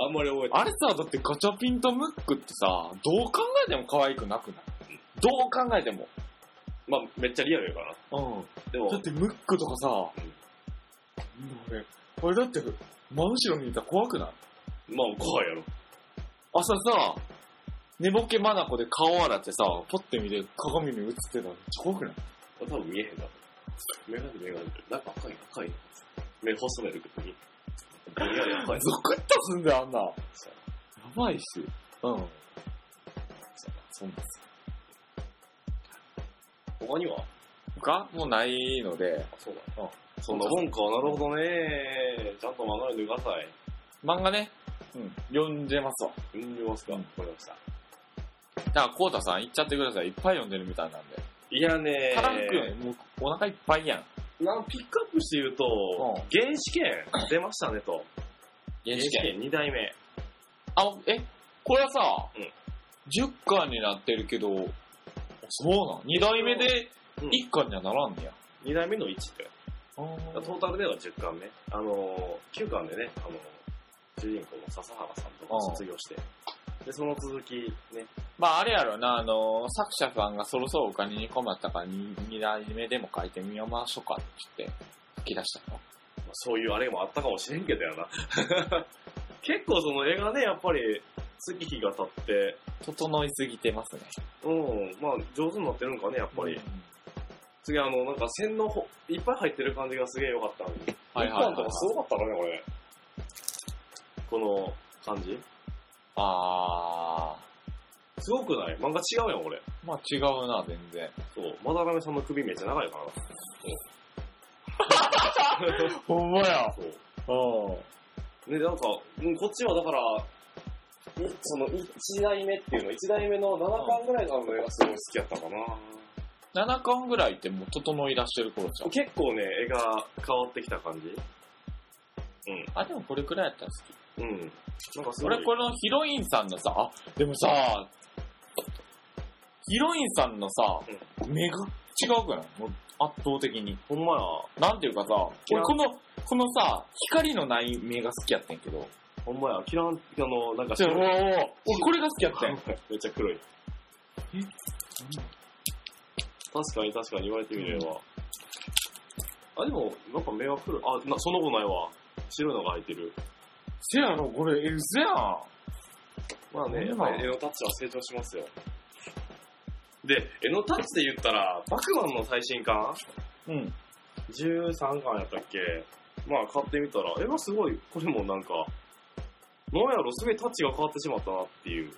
S2: あんまり覚えてない。
S1: あれさ、だってガチャピンとムックってさ、どう考えても可愛くなくないどう考えても。
S2: まあ、めっちゃリアルやからな。
S1: う
S2: で
S1: ん。だ
S2: も
S1: っ、てムックとかさ、俺、俺だって真後ろ見たら怖くない
S2: まあ、怖いやろ。
S1: 朝さ、寝ぼけ眼で顔洗ってさ、ポッて見て鏡に映ってたら怖くない
S2: 多分見えへんだろ。メガネ、メガネ。なんか赤い、赤い。目細めるけど、メガネ赤い。
S1: ゾクッとすんだよ、あんな。や
S2: そ
S1: ばいし。うん。そんな
S2: 他には
S1: 他もうないので、
S2: あそうだ。
S1: そ
S2: そんなもんか。なるほどね。ちゃんと漫画読んでください。
S1: 漫画ね、うん、読んじゃいますわ。
S2: 読みますか。わかりました。
S1: だから、こうたさん、行っちゃってください。いっぱい読んでるみたいなんで。
S2: いやね
S1: タランクよね、もうお腹いっぱいやん。
S2: なんピックアップして言うと、
S1: ん
S2: 原始圏出ましたねと。
S1: 原始圏。
S2: 2代目。
S1: あ、え、これはさ、
S2: うん
S1: 10巻になってるけど、そうなん ?2 代目で
S2: うん
S1: 1巻にはならんねや。
S2: 2代目の1って。
S1: あ
S2: トータルでは10巻目。あのー、9巻でね、あのー、主人公の笹原さんとか卒業して。で、その続きね、
S1: まあ、あれやろな、あの、作者さんがそろそろお金に困ったから2、二代目でも書いてみましょうかって言って、書き出したの。
S2: まあそういうあれもあったかもしれんけどやな。 [laughs] 結構その絵がね、やっぱり月日が経って、
S1: 整いすぎてますね。
S2: うん、まあ上手になってるんかね、やっぱり。
S1: うん
S2: 次あの、なんか線のほいっぱい入ってる感じがすげえ良かったのに。
S1: はいはいはい
S2: 日本とかすごかったからね、これ。この感じ。
S1: あ
S2: すごくない漫画違うやん、俺。
S1: ー。まあ違うな、全然。
S2: そう。まだらめさんの首めっちゃ長いからな。
S1: ほんまや。
S2: [laughs] そう。
S1: うん。
S2: で、なんか、うん、こっちはだから、いその1代目っていうの、1代目の7巻ぐらいの絵がすごい好きやったかな。
S1: 7巻ぐらいってもう整い出してる頃じゃん。
S2: 結構ね、絵が変わってきた感じ。
S1: あ、でもこれくらいやったら好き。
S2: うん。なんかすごい。
S1: 俺このヒロインさんのさ、あ、でもさ、ヒロインさんのさ、目が違うくないもう圧倒的に。
S2: ほんまや。
S1: なんていうかさ、
S2: いや
S1: 俺この、このさ、光のない目が好きやってんけど。
S2: ほんまや。キラン、あの、なんか
S1: じゃあ、お
S2: い。
S1: 俺これが好きやってん。
S2: めっちゃ黒い。確かに確かに言われてみれば。あ、でも、なんか目が黒い。あ、なその後ないわ。白いのが入ってる。
S1: せやろ、これ、え、嘘やん。
S2: まあね、や
S1: ほ
S2: っ
S1: んま
S2: ぱり絵のタッチは成長しますよ。で、絵のタッチで言ったら、バクマンの最新刊
S1: うん。
S2: ?13 巻やったっけまあ買ってみたら、絵がすごい、これもなんか、なんやろ、すごいタッチが変わってしまったなっていう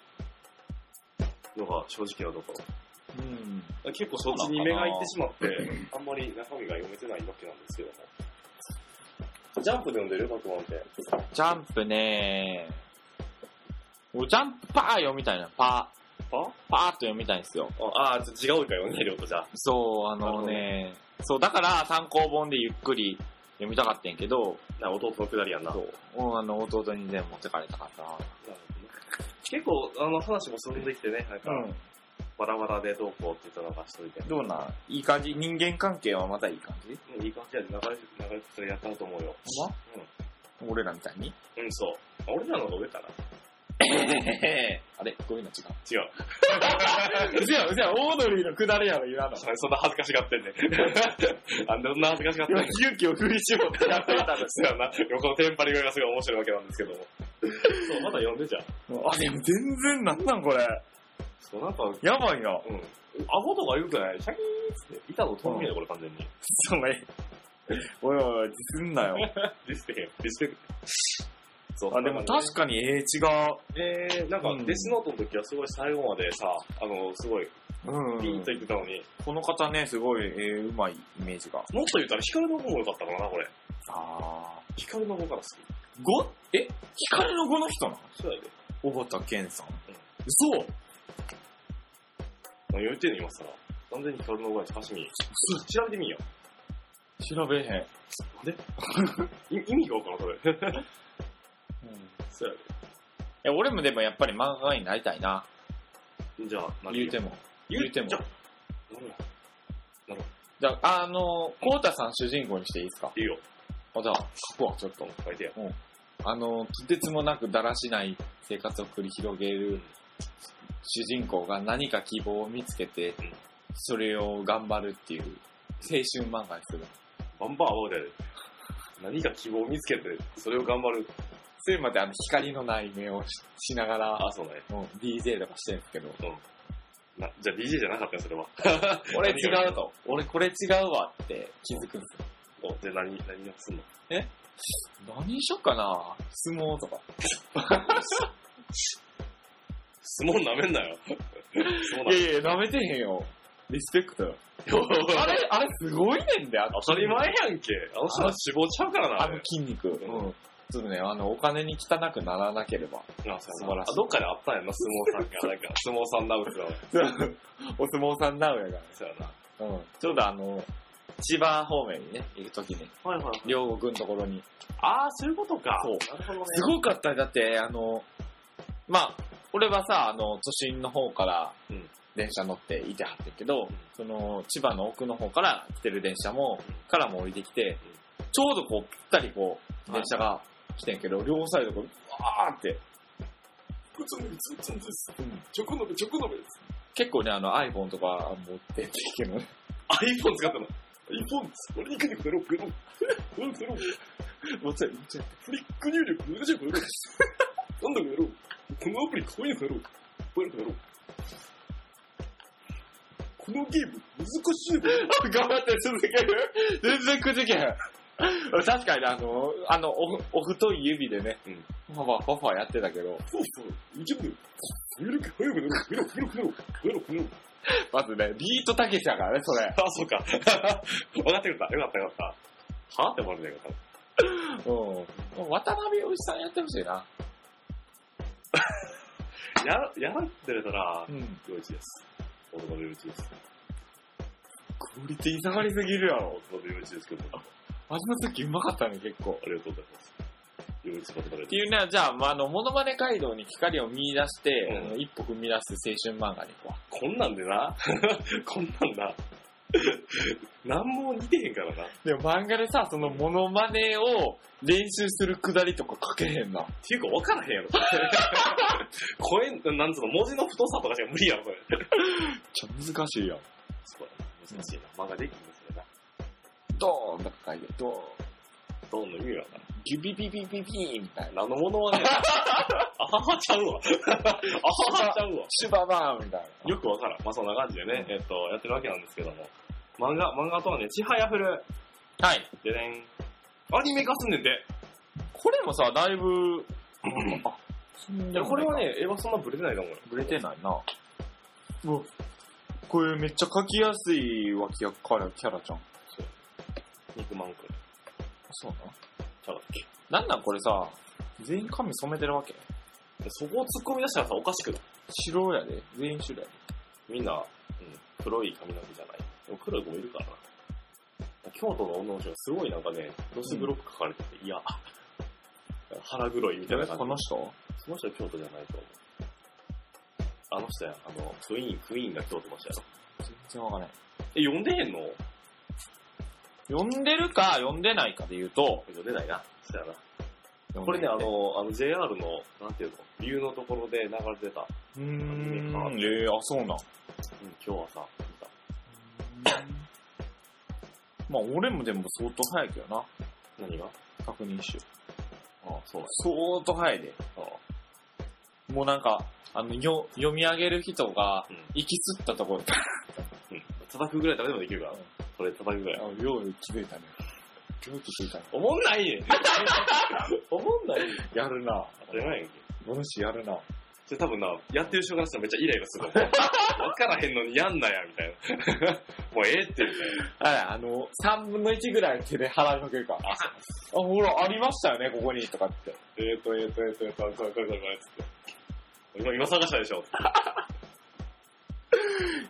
S2: のが正直なところ。
S1: うん。
S2: 結構そっちに目がいってしまって、 [laughs] あんまり中身が読めてないわけなんですけども。ジャンプで読んでるバクマンって。
S1: ジャンプねー。俺、ジャンプパー読みたいな。パ
S2: あ
S1: ー。パーっと読みたいんですよ。
S2: あ、あちょっと違うか読んでることじゃ。
S1: そう、あ
S2: なるほ
S1: の
S2: ど
S1: ね、そう、だから参考本でゆっくり読みたかったんやけど、
S2: な弟のくだりやんな。
S1: そう、うんあの、弟に全部持ってかれたかっ
S2: 結構、あの、話も進んできてね、なん
S1: た。
S2: か、バラバラでどうこうって言ったのがしといて、
S1: どうなんいい感じ人間関係はまたいい感じ
S2: うんいい感じやで、流れ、流れそれやったと思うよ。
S1: ほんま俺らみたい [laughs] に
S2: うん、そう。俺らの方が上かな。
S1: あれこういうの違
S2: 違う。
S1: う。うせや、うせや、オードリーのくだりやろ、言わな。
S2: そんな恥ずかしがってんね。
S1: [laughs]
S2: あんなそんな恥ずかしがってんね。
S1: 勇気を振り絞ってやってたの。
S2: そうやな。 [laughs] 横のテンパり具合がすごい面白いわけなんですけども。そう、まだ読んでじゃん。
S1: あ、でも全然なんなんこれ。
S2: そう、なんか、う
S1: やばいな。
S2: ん。顎とか良くないシャキーンって、板を飛んでるこれ完全に。
S1: そのえ。おいおい、実んなよ。
S2: ディスってへん。ディスってくそう
S1: あ、でも確かに、えー、違う。
S2: で、なんか
S1: う、ん
S2: デスノートの時はすごい最後までさ、あの、すごい、
S1: うん
S2: ピンと言ってたのに、
S1: この方ね、すごい、えー、うまいイメージが。
S2: もっと言ったら光の方も良かったかな、これ。
S1: あ
S2: 光の方から好き。
S1: ー。ごえ光の語の人なの
S2: そうやで。
S1: 小畑健さん。
S2: 嘘何を言ってんの、今更。完全に光の方がしみ。調べてみんよ。
S1: 調べへん。
S2: い意味がわからん、それ。 [laughs] そうや
S1: え、俺もでもやっぱり漫画家になりたいな。
S2: で。じゃあ、
S1: 言うて
S2: も。
S1: も。
S2: 言
S1: 言
S2: う
S1: うても
S2: じゃあなる
S1: じゃあ、あの、コウタさん主人公にしていいですか
S2: いいよ。
S1: あじゃあ、書くわ、ちょっと。
S2: 書いてや。
S1: あの、とてつもなくだらしない生活を繰り広げる主人公が何か希望を見つけて
S2: ん、
S1: それを頑張るっていう青春漫画にする。
S2: バンバー青で。何か希望を見つけて、それを頑張る。
S1: それまであの光のない目をししながら、
S2: あ、そうね。
S1: うん DJ とかしてるんですけど、
S2: な、じゃあ DJ じゃなかったよ、それは。
S1: 俺違うと、俺これ違うわって気づくんですよ。
S2: おで、何、何をすんの
S1: 何にしよっかな相撲とか。
S2: 相撲舐めんなよ。相
S1: い
S2: 撲舐めん
S1: やいや、舐めてへんよ。リスペクトよ。あれ、あれすごいねんで、あの
S2: 当たり前やんけ。あの人は脂肪ちゃうからな。
S1: あ
S2: あれ
S1: の筋肉。うん。ちょっとね、あの、お金に汚くならなければ。
S2: あ
S1: 素晴らしい
S2: あどっかであったんやな、相撲さんが。なんか、相撲さんダブス
S1: [laughs]
S2: が。
S1: お相撲さんなうやか
S2: そうやな。
S1: ら。うん。ちょうどあの、千葉方面にね、行くときに、
S2: はいはい。
S1: 両国のところに。
S2: ああ、そういうことか。
S1: そう
S2: なるほどね。
S1: すごかったよだって、あの、まあ、俺はさ、あの、都心の方から
S2: うん、
S1: 電車乗っていてはってんけど、
S2: うん
S1: その、千葉の奥の方から来てる電車も、からも降りてきて、ちょうどこう、ぴったりこう、電車が来てんけど、両サイドこう、わーって、
S2: ごつんつんつんです。ちょこのべ、ちょこのべです。
S1: 結構ね、あの iPhone とか持ってってけどね、
S2: あ、一本使ったの。一本、俺にかけてロックロック。うん、ロック。
S1: もうちょい、
S2: フリック入力、無駄じゃこれ。なんだこやろう。このアプリ怖いのやろう。こういうのやろう。このゲーム、難しいのやろ
S1: [laughs]
S2: う。
S1: 頑張って続ける全然くじけへん。確かにあの、あの、お、お太い指でね、ファファファファやってたけど、
S2: そうそう、いけんのよ。入力、早くなろう。入力、入力、入力。入力、入力。
S1: まずね、ビートたけしやからね、それ。
S2: あ、そうか。分かってくれた。よかったよかった。はって思われないか
S1: うん。渡辺おじさんやってほしいな。
S2: や、やらってれたら、
S1: ん。
S2: 領一です。男の領一です。
S1: クオリティ下がりすぎるやろ。
S2: 男の領一ですけど、あ
S1: あの時うまかったね、結構。
S2: りがとうございます。領一までバレ
S1: ってていうね、じゃあ、まあ、あの、モノマネ街道に光を見出して、
S2: うん
S1: あの一歩踏み出す青春漫画にこ
S2: こんなんでな。こんなんな。なんも似てへんからな。っ
S1: う。でも漫画でさ、そのモノマネを練習するくだりとか書けへんな。
S2: ていうか分からへんやろ。声、なんつうの、文字の太さとかじゃ無理やろ、これ。
S1: ちょっと難しいやん。
S2: そうだな難しいな。漫画できんですよな。
S1: ドーンとか書いて、ドーン。
S2: どんの意味がわからん
S1: ギュビビビビビーンみたいな。
S2: 何のものはね、 [laughs] あははちゃ [laughs] うわ。あははちゃうわ。
S1: シュババーンみたいな。
S2: よくわからん。まあそんな感じでね、えっと、やってるわけなんですけども。漫画、漫画とはね、ちはやふる。
S1: はい。
S2: でねん。アニメ化すんねんて。
S1: これもさ、だいぶ、あ、
S2: いや、これはね、絵はそんなブレてないと思うよ。
S1: ぶれてないな。うわ、これめっちゃ書きやすいわ、キャラ、キャラちゃん。
S2: 肉まんくん。
S1: そう
S2: ちゃうわけ
S1: な。なんなんこれさ、全員髪染めてるわけ
S2: そこを突っ込み出したらさ、おかしくない
S1: 白やで。全員白やで。
S2: みんな、うん、黒い髪の毛じゃない。でも黒い子もいるからな。京都の女の人がすごいなんかね、ロスブロック書かれてて、いや、腹黒いみたいな感じ。
S1: この人
S2: その人は京都じゃないと思う。あの人や、あの、クイーン、クイーンが京都の人やろ。
S1: 全然わかんない。
S2: え、読んでへんの
S1: 読んでるか、読んでないかで言うと、
S2: 読んでないな。そうやな。これね、あの、あの JR の、なんていうの、理由のところで流れてた。
S1: うーん、えー、あ、そうなん。
S2: うん、今日はさ、見た
S1: まあ、俺もでも相当早いけどな。
S2: 何が
S1: 確認しよ
S2: ああ、そう
S1: う。相当早いで。
S2: なんだ。
S1: もうなんか、あの、よ読み上げる人が
S2: うん、
S1: 息吸ったところで、
S2: うん。叩くぐらい誰でもできるから。
S1: うん
S2: これ叩くぐらい。
S1: あよう気づいたね。よう気づいたね。
S2: おもんない [laughs] おもんない
S1: やるな。
S2: 当たり前やんけ。
S1: お主やるな。
S2: それ多分な、やってる人からしたらめっちゃイライラすると思 [laughs] う。わからへんのにやんなや、みたい [laughs] な。もうええって、みたいな。
S1: あれ、あの、3分の1ぐらい手で払いかけるから。あ、ほら、ありましたよね、ここに、とかって。
S2: えーと、えーと、えーと、えーと、これこれこれこれ、つって。今、今探したでしょ。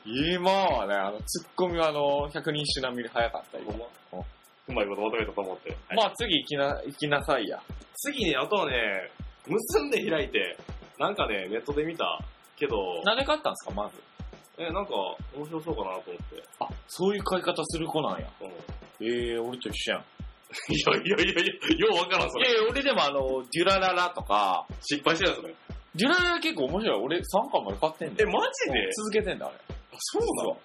S1: 今はね、あの、ツッコミはあの、100人種並みで早かった、今。
S2: ほんまうまいことまとめたと思って。
S1: まあ、次行きな、行きなさいや。
S2: 次ね、あとはね、結んで開いて、なんかね、ネットで見たけど、
S1: なぜ勝ったんですか、まず。
S2: え、なんか、面白そうかなと思って。
S1: あ、そういう買い方する子なんや。
S2: うん。い
S1: ええ俺と一緒やん。
S2: やいやいやいや、ようわからん、そ
S1: いや
S2: れ。
S1: いや、俺でもあの、デュラララとか、
S2: 失敗してた、それ。
S1: デュラララ結構面白い。俺3巻まで買ってんだ
S2: え、
S1: よ。
S2: マジで
S1: 続けてんだ、あれ。
S2: あそうなの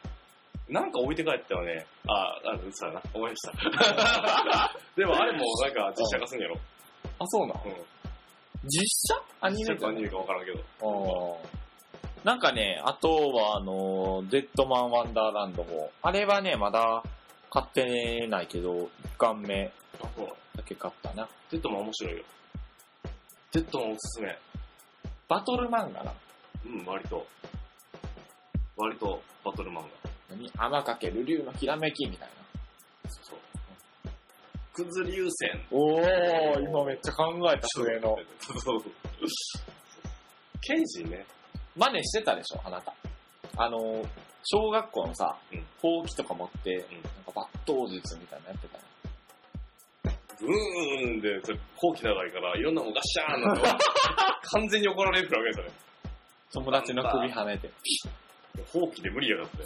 S2: なんか置いて帰ったよね。あ、あの、そうやな。思い出した。でもあれもなんか実写化すんやろ。
S1: あ、そうなの
S2: うん。
S1: 実写アニ
S2: 実
S1: メ
S2: 写
S1: か
S2: かアニメかわからんけど。
S1: うんなんかね、あとはあの、デッドマンワンダーランドも、あれはね、まだ買ってないけど、1巻目
S2: あ、そうなの。
S1: だけ買ったな。
S2: デッドマン面白いよ。デッドマンおすすめ。
S1: バトル漫画な。
S2: うん、割と。割とバトル漫画。
S1: 何雨かける竜のひらめきみたいな。
S2: そう。くずり優先。
S1: おー、今めっちゃ考えた、それの。
S2: そうそうそう。ケンジね。
S1: 真似してたでしょ、あなた。あの、小学校のさ
S2: うん、
S1: ほうきとか持って、
S2: うん
S1: なんか抜刀術みたいなのやってたの。
S2: ブーンで、それ、後期長いから、いろんなもんガッシャーンなって、完全に怒られるわけですよね。
S1: 友達の首跳ねて、
S2: 放棄で無理やなって。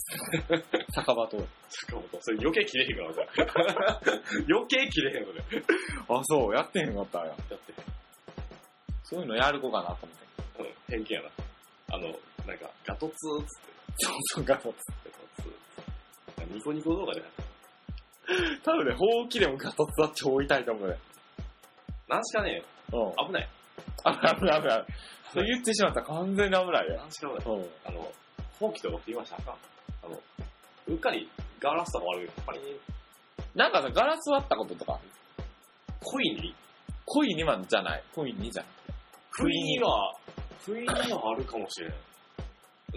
S1: 酒場と。
S2: 坂本、それ余計切れへんから、俺余計切れへんのね。
S1: あ、そう、やってへんかったんや。
S2: だって、
S1: そういうのやる子かなと思って。
S2: うん、偏見やな。あの、なんか、ガトツーっつって、
S1: そうそうか、そう。
S2: ガトツーっつって。ニコニコ動画で、
S1: 多分ね、ほうきでもガトツだって追いたいと思うね。
S2: なんしかね、
S1: うん。
S2: 危ない。
S1: あ、危ない危ない。それ言ってしまったら完全に危ないよ。
S2: なんしか危ない。
S1: うん。
S2: あの、放棄とかって言いましたかあの、うっかりガラスとか割るやっぱり、
S1: なんかさ、ガラス割ったこととか、
S2: 恋に、
S1: 恋にはじゃない。恋にじゃない。
S2: 不意には、不意にはあるかもしれ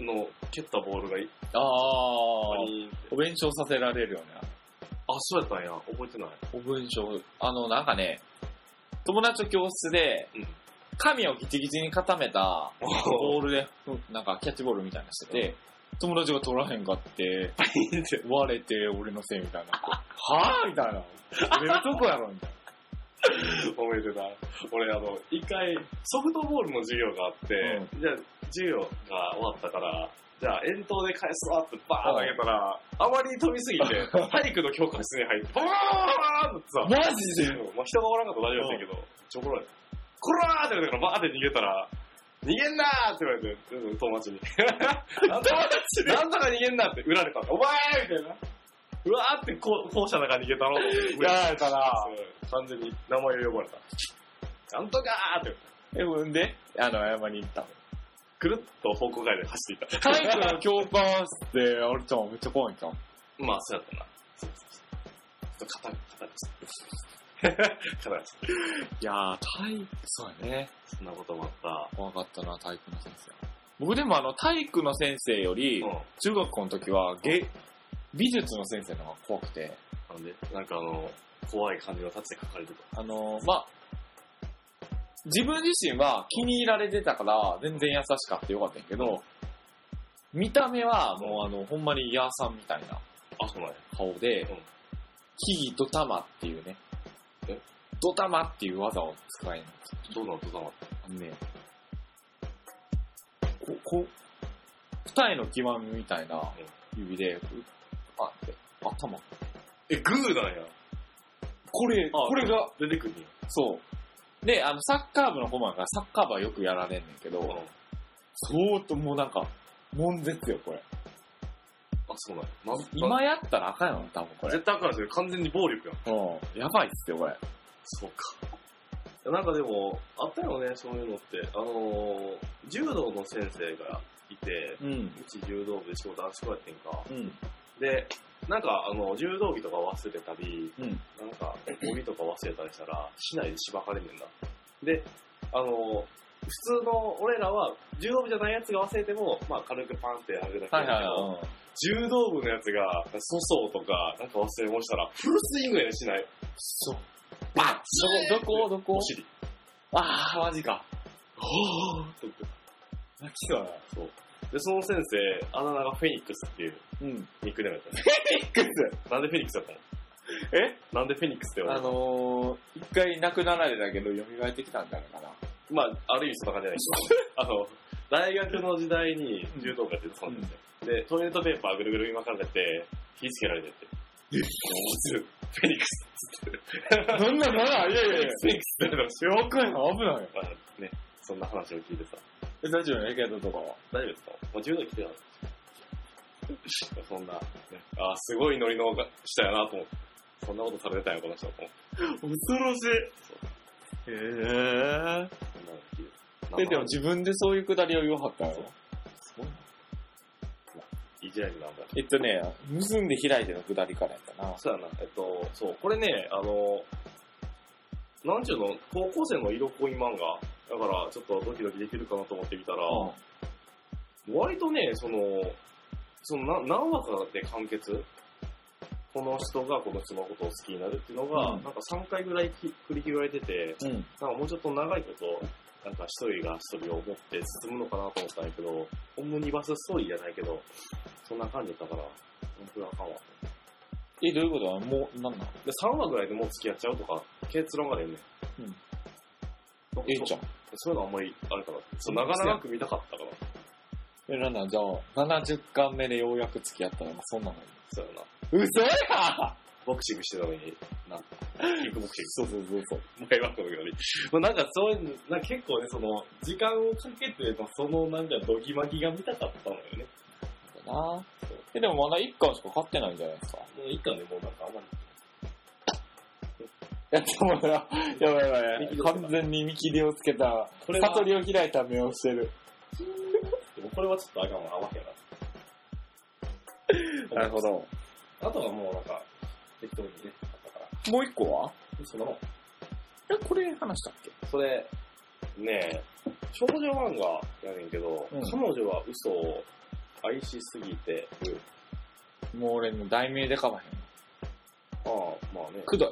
S2: ん。の、蹴ったボールが一
S1: あ
S2: 本
S1: あ。
S2: に、
S1: お弁償させられるよね。
S2: あ、そうやったんや。覚えてない。
S1: お文章、あの、なんかね、友達と教室で
S2: うん、
S1: 髪をギチギチに固め [laughs] たボールで、なんかキャッチボールみたいなしてて、友達が取らへんかって、割れて俺のせいみ [laughs] たいな。はぁみたいな。売れるとこやろみた [laughs] い
S2: 覚えてた。俺、あの、一回、ソフトボールの授業があって、じゃあ、授業が終わったから、じゃあ、遠投で返すわってバーン投げたら、あまりに飛びす
S1: [laughs]
S2: ぎて、体育の教科室に入って、バーンってさ、
S1: な。マジで
S2: まあ、人がおらんかったら大丈夫だけど、ちょこられて、こらーって言われたから、バーって逃げたら、逃げんなーって言われて、うん
S1: [laughs]
S2: 友達に。なんとか、なんとか逃げんなって、売られたんだ。お前みたいな。うわーってこう校舎の中に逃げたろう
S1: やられたな
S2: 完全に名前を呼ばれた。なんとかーって、
S1: え、ほんで、あの、謝りに行ったの。
S2: くるっと方向変えて走っていった。
S1: 体育の教科って、あれちゃんめっちゃ怖いんちゃん。
S2: [laughs] まあ、そうやったな。そうそうそう。ちょっと肩、肩です。肩 [laughs] です。
S1: いやー、体育、そうやね。
S2: そんなこともあった。
S1: 怖かったな、体育の先生。僕でもあの、体育の先生より、
S2: うん。
S1: 中学校の時は、げ美術の先生の方が怖くて、
S2: なんで、なんかあの、怖い感じの立ちで書かれてた。
S1: あのーまあ、自分自身は気に入られてたから、全然優しかったよかったんやけど、見た目はもうあの、ほんまにヤーさんみたいな
S2: あ、そうなんや。
S1: 顔で、
S2: うん
S1: 木々ドタマっていうね
S2: え、
S1: ドタマっていう技を使えんの。
S2: どうなのどうなの
S1: あのね、こ、こ、二重の極みみたいな指で、うあって、頭。
S2: え、グーなんや。
S1: これ、
S2: あ
S1: これが、
S2: 出てくるんや。
S1: そう。で、あの、サッカー部の顧問がサッカー部はよくやられんねんけど、
S2: うん。あ、
S1: 相当もうなんか、悶絶よ、これ。
S2: そうなんや。ま、ま、
S1: 今やったらあかんよ、多分これ。
S2: 絶対あかんやそれ完全に暴力やん。
S1: うん。やばいっすよ、これ。
S2: そうか。なんかでも、あったよね、そういうのって。あのー、柔道の先生がいて、
S1: うん。
S2: うち柔道部で仕事男子校やってんか。
S1: うん。
S2: で、なんかあの、柔道着とか忘れたり、
S1: うん。
S2: なんか、帯とか忘れたりしたら、市内でしばかれんねんな。で、あの、普通の俺らは、柔道部じゃないやつが忘れても、まあ軽くパンってあげるだけ
S1: は
S2: だ
S1: い
S2: けど、
S1: はいはい。
S2: 柔道部のやつが、粗相とか、なんか忘れ物したら、フルスイングやねしない。
S1: そう。
S2: バッ
S1: どこ、どこ、どこ
S2: お尻。
S1: あー、マジか。
S2: おーって
S1: 泣きそうやな。
S2: そう。で、その先生、あだ名がフェニックスっていう
S1: うん。
S2: ニックネームやったね。
S1: クス
S2: なんでフェニックスだったの
S1: え
S2: なんでフェニックスって呼ば
S1: あ
S2: れたの
S1: のー、一回亡くなられたけど、蘇ってきたんだから。
S2: まあ、ある意味そんな感じじゃないけど、あの、大学の時代に柔道部やってたそうなんですよ。で、トイレットペーパーぐるぐるに巻かれて、火つけられてって。 [laughs] フェニックス
S1: なんなんなんいやいやいや。
S2: フェニックスって言われて
S1: よくない危ないよ。
S2: ましたね、そんな話を聞いてさ。
S1: え、大丈夫やけどとかは。
S2: 大丈夫ですかもう10度来てたんですよそんな、ね、あーすごいノリの人やなと思って。そんなことされてたんや、この人と思って。
S1: 恐ろしい。へえ。
S2: そんなの聞いて
S1: で、でも自分でそういうくだりを言わはったよ。
S2: すごいな。いじられるな、お前
S1: えっとね、盗んで開いてのくだりからやったな。
S2: そうやな。えっと、そう、これね、あの、なんちゅうの、高校生の色恋漫画だから、ちょっとドキドキできるかなと思ってみたら、割とね、その、そのな何話かで完結この人がこの人のことを好きになるっていうのが、
S1: うん
S2: なんか3回ぐらいき繰り広げられてて、
S1: うん。うん。
S2: なんかもうちょっと長いこと、なんか一人が一人を思って進むのかなと思ったんやけど、オムニバスストーリーじゃないけど、そんな感じだったから、本当にあかんわ。
S1: え、どういうことなのもう、なんなの
S2: で、3話ぐらいでもう付き合っちゃうとか、結論が出るね。
S1: うん
S2: なんか
S1: ええじゃん。
S2: そういうのあんまり、あれかな。そう、長々く見たかったから。
S1: え、なんなんじゃあ、70巻目でようやく付き合ったら、そんなの
S2: そうやな。
S1: 嘘や
S2: ボクシングしてたのに、なんか、キックボクシン
S1: そうそうそうそう。
S2: グ、前はこのように。まあなんかそういう、なんか結構ね、その、時間をかけての、そのなんか、ドギマギが見たかったのよね。
S1: だなえ、でもまだ1巻しか買ってないんじゃないですか。
S2: もういいかね、もうなんかあんまり。
S1: いや、でもな、やばいやばいやば
S2: 見切
S1: い。
S2: りをつけた
S1: 完全に見切りをつけた、
S2: これは
S1: 悟りを開いた目をしてる。
S2: でもこれはちょっとあかんわ、合わへんわ。
S1: ほど。
S2: [laughs] あとはもうなんか、適当にね、あったから。
S1: もう1個は
S2: その、
S1: え、これ話したっけ
S2: それ、ねえ、少女漫画やねんけど、
S1: うん
S2: 彼女は嘘を愛しすぎてる。
S1: もう俺の題名でかまへん。
S2: ああ、まあね。
S1: くどい。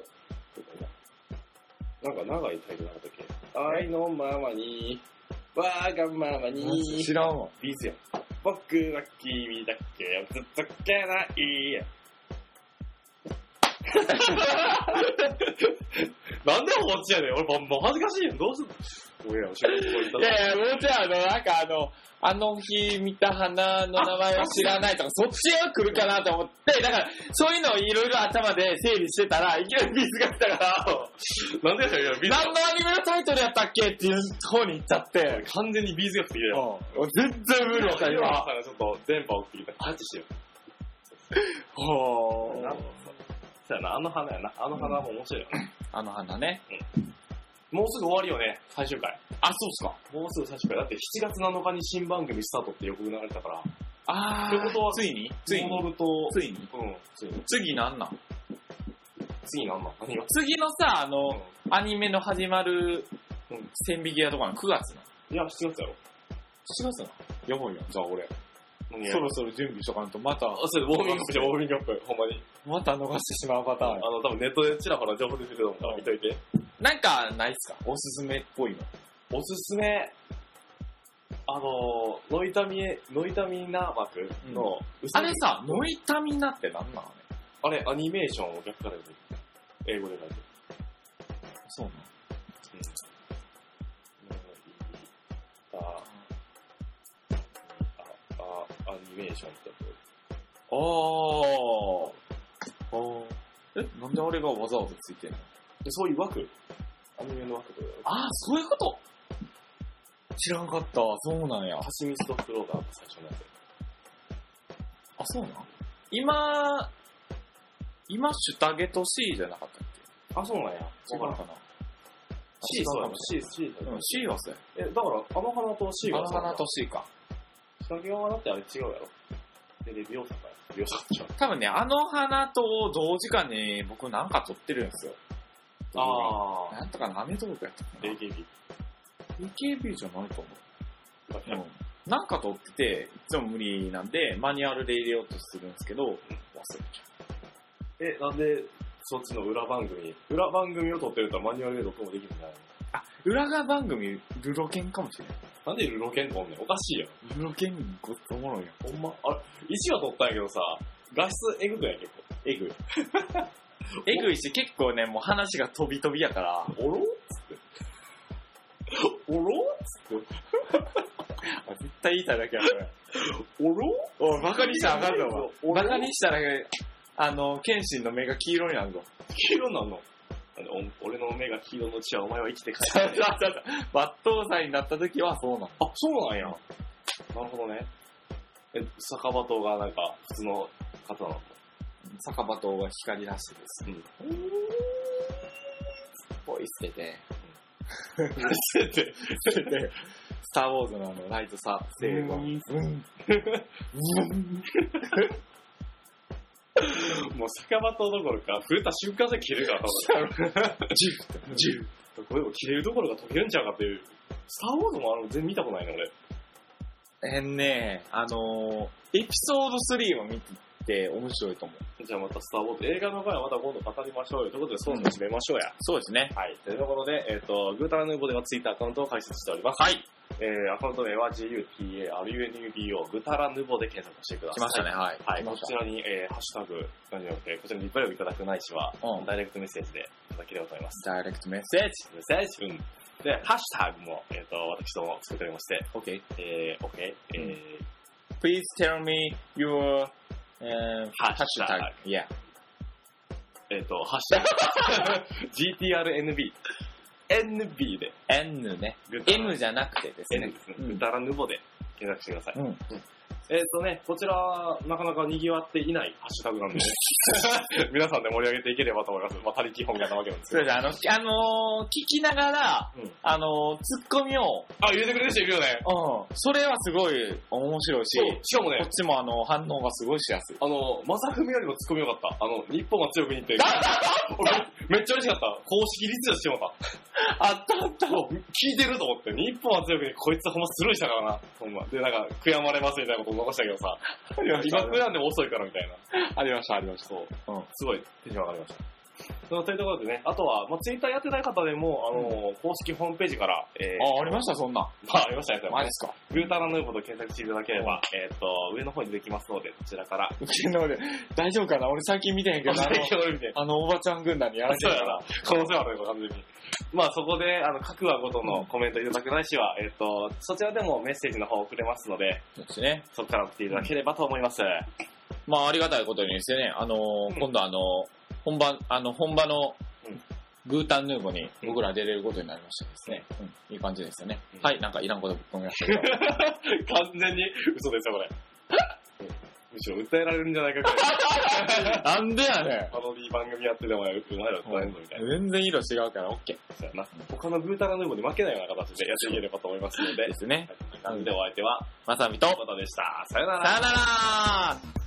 S2: なんか長いタイトルなかったっけ愛のままに、わがままに、
S1: 知らんわ。
S2: ビーズやん。僕は君だけをずっとけないやん。 [laughs] なんで放置やねん。俺、もう恥ずかしいやん。どうすんの俺ら、お仕事こういった
S1: いやいや、もうちょいあの、なんかあの、あの日見た花の名前は知らないとか、そっちが来るかなと思って、だから、そういうのをいろいろ頭で整理してたら、いきなりビーズが来たから、
S2: なんでやねん、ビーズ。
S1: 何のアニメのタイトルやったっけっていう方に行っちゃって、
S2: 完全にビーズが不てきだよ。
S1: うん全然無理わかりま
S2: ちょっと電波を切りたい。タッチしてよ。
S1: ほ
S2: そう
S1: ー
S2: やな、あの花やな。あの花も面白いよね。
S1: あの花ね。
S2: もうすぐ終わりよね、最終回。
S1: あ、そうっすか。
S2: もうすぐ最終回。だって7月7日に新番組スタートって予告流れたから。
S1: あ
S2: ってことは
S1: ついについに
S2: 戻ると、
S1: ついに
S2: うん、ついに。
S1: 次なんなん
S2: 次なんだ何が
S1: 次のさ、あの、アニメの始まる
S2: うん
S1: 線引き屋とかの9月の。
S2: いや、7月やろ。
S1: 7月のやばいやん、じゃあ俺。
S2: 何
S1: そろそろ準備しとかんと、また、
S2: あ、それ、ウォーミングアップじゃウォーミングアップ、ほんまに。
S1: また逃してしまうパターン
S2: あ
S1: や。
S2: の、多分ネットでちらほら情報出てると思うから見といて。
S1: なんか、ないっすかおすすめっぽいの。
S2: おすすめ、あの、ノイタミエ、ノイタミナ枠の、うさ
S1: あ
S2: ぎ
S1: れさ、ノイタミナってなんなのね
S2: あれ、アニメーションを逆からで、英語で書いてる。
S1: そうな
S2: あ、あ、あ、アニメーションってや
S1: の。あー。あー。え、なんであれがわざわざついてんの
S2: つでそういう枠アニメの枠とか、
S1: あー、そういうこと知らんかった。そうなんや。
S2: パシミストフローダーが最初のやつ。
S1: あ、そうなん今、今、シュタゲと C じゃなかったっ
S2: あ、そうなんや。
S1: け違う
S2: わからん
S1: かな
S2: C、そうやもん。C、C。
S1: うん、C はそうや。
S2: え、だから、あの花と C が
S1: あの花と C か。
S2: 下着はだってあれ違うやろ。テレビ大阪や。大阪ちゃう。
S1: 多分ね、あの花と同時間に僕なんか撮ってるんですよ。
S2: あ
S1: なんとかのアメトークやったかな。
S2: AKB。
S1: AKB じゃないと思う。うん。なんか撮ってて、いつも無理なんで、マニュアルで入れようとするんですけど、忘れちゃ。
S2: え、なんで、そっちの裏番組、裏番組を撮ってるとマニュアルで録音できるんじゃないう
S1: あ、裏側番組、ルロケンかもしれない。
S2: のなんでルロケン撮んねんおかしいや
S1: ルロケンごっとおもろいやん。
S2: ん。ほんま。あれ、1話撮ったんやけどさ、画質えぐくない結構。
S1: えぐい。えぐいし、結構ね、もう話が飛び飛びやから、
S2: おろっつって。おろっつって。
S1: 絶対言いたいだけやから。
S2: おろ
S1: おい、バカにしたらあかんぞ、お前
S2: 俺
S1: バカにしたら、あの、剣心の目が黄色にな [laughs] るぞ。
S2: 黄色なのあのお俺の目が黄色の血はお前は生きて帰
S1: 抜
S2: ってない
S1: 刀罪になった時はそうなの。
S2: あ、そうなんや。なるほどね。え、酒場刀がなんか普通の方なの
S1: 酒場刀が光らしいです。
S2: うん
S1: ポイ捨てて、
S2: 捨てて。
S1: 捨てて、スターウォーズのあの、ライトサーセーバー。うん。
S2: [laughs] もう酒場刀どころか、触れた瞬間で切れるから、
S1: ジュッ [laughs] ジュッ
S2: 多 [laughs] 分。これも切れるどころか溶けるんちゃうかっていう。スター・ウォーズもあの全然見たことないね、俺。
S1: えんねあのー、エピソード3を見てて面白いと思う。
S2: じゃあまたスター・ウォーズ、映画の回はまた今度語りましょうよ。ということで、そろそろ締めましょうや。
S1: そうですね。
S2: はい。ということで、えっ、と、グータラヌーボではツイッターアカウントを開設しております。はい。えー、アカウント名は GUTARUNUBO、グータラヌーボで検索してくださ
S1: 来
S2: い。
S1: ましたね、はい。
S2: はい。
S1: 来
S2: こ
S1: ました
S2: ちらに、えー、ハッシュタグ、何じゃなくて、こちらにリプライをいただくないしは、
S1: うん
S2: ダイレクトメッセージでいただければと思います。
S1: ダイレクトメッセージ。
S2: メッセージうん。で、ハッシュタグも、えっ、と、私ども作っておりまして、
S1: OK。
S2: えー、OK、えー、
S1: うん Please tell me your, uh,
S2: ハッ
S1: hashtag.
S2: シュタグ。
S1: Yeah.
S2: えっ、と、ハッシュタグ。GTRNB。NB で。
S1: N ね。
S2: グッタラ
S1: N じゃなくてですね
S2: N ですね。
S1: うん
S2: グダラヌボで検索してください。
S1: うん
S2: えっ、とね、こちら、なかなか賑わっていないハッシュタグなんで、 [laughs] 皆さんで盛り上げていければと思います。まあ、他力本願なわけなんです
S1: そ
S2: け
S1: う
S2: ど。
S1: です。あの、きあのー聞きながら、
S2: うん
S1: あのーツッコミを、
S2: あ、入れてくれる人いるよね。
S1: うん。それはすごい面白いし、
S2: そうしかも
S1: こっ
S2: ね、
S1: ちもあの、反応がすごいしやすい。
S2: あの、まさふみよりもツッコミよかった。あの、日本は強くにって。 [laughs] 俺めっちゃ嬉しかった。公式リツイートしてもらった。
S1: あったあった。
S2: そう聞いてると思って、日本は強くにこいつほんまスルーしたからな。ほんま。で、なんか、悔やまれますみたいなこと残したけどさ。今悔やんでも遅いからみたいな。
S1: ありました、ありました。
S2: そう。
S1: うん。
S2: すごいテンション上がりました。そうというところでね、あとは、まあ、ツイッターやってない方でも、あの、公式ホームページから、えー
S1: あ、ありました、そんなん。
S2: まあ、ありましたね。
S1: マジっすか。
S2: グータラヌーボーと検索していただければ、えっと、上の方にできますので、こちらから。
S1: うちの俺、大丈夫かな俺最近見て
S2: [laughs]
S1: へんけど、あの、
S2: みたいな。
S1: あのおばちゃん軍団にやらせ
S2: そう
S1: て
S2: や
S1: たら
S2: な。。可能性はあるよ、完全に。まあ、そこで、あの、各話ごとのコメントいただくないしは、えっと、そちらでもメッセージの方をくれますので、
S1: そうですね。
S2: そこから送っていただければと思います。
S1: まあ、ありがたいことにですね、あのー
S2: うん
S1: 今度あのー本番、あの、本場の
S2: うん、
S1: グータンヌーボに僕ら出れることになりましてですね。うん、いい感じですよね。
S2: うん
S1: はい、なんかいらんことぶっ込みましたけど。
S2: 完全に嘘ですよ、これ。むしろ訴えられるんじゃないかくらい。
S1: [laughs] なんでや
S2: [laughs]
S1: ね
S2: パロディ番組やってても、お前ら訴えるぞみたいな。
S1: ん。全然色違うから OK
S2: そうやな。他のグータラヌーボーに負けないような形でやっていければと思いますので
S1: で、すね。
S2: はいなんでお相手は、
S1: まさみと、
S2: またでした。さよなら
S1: さ。よなら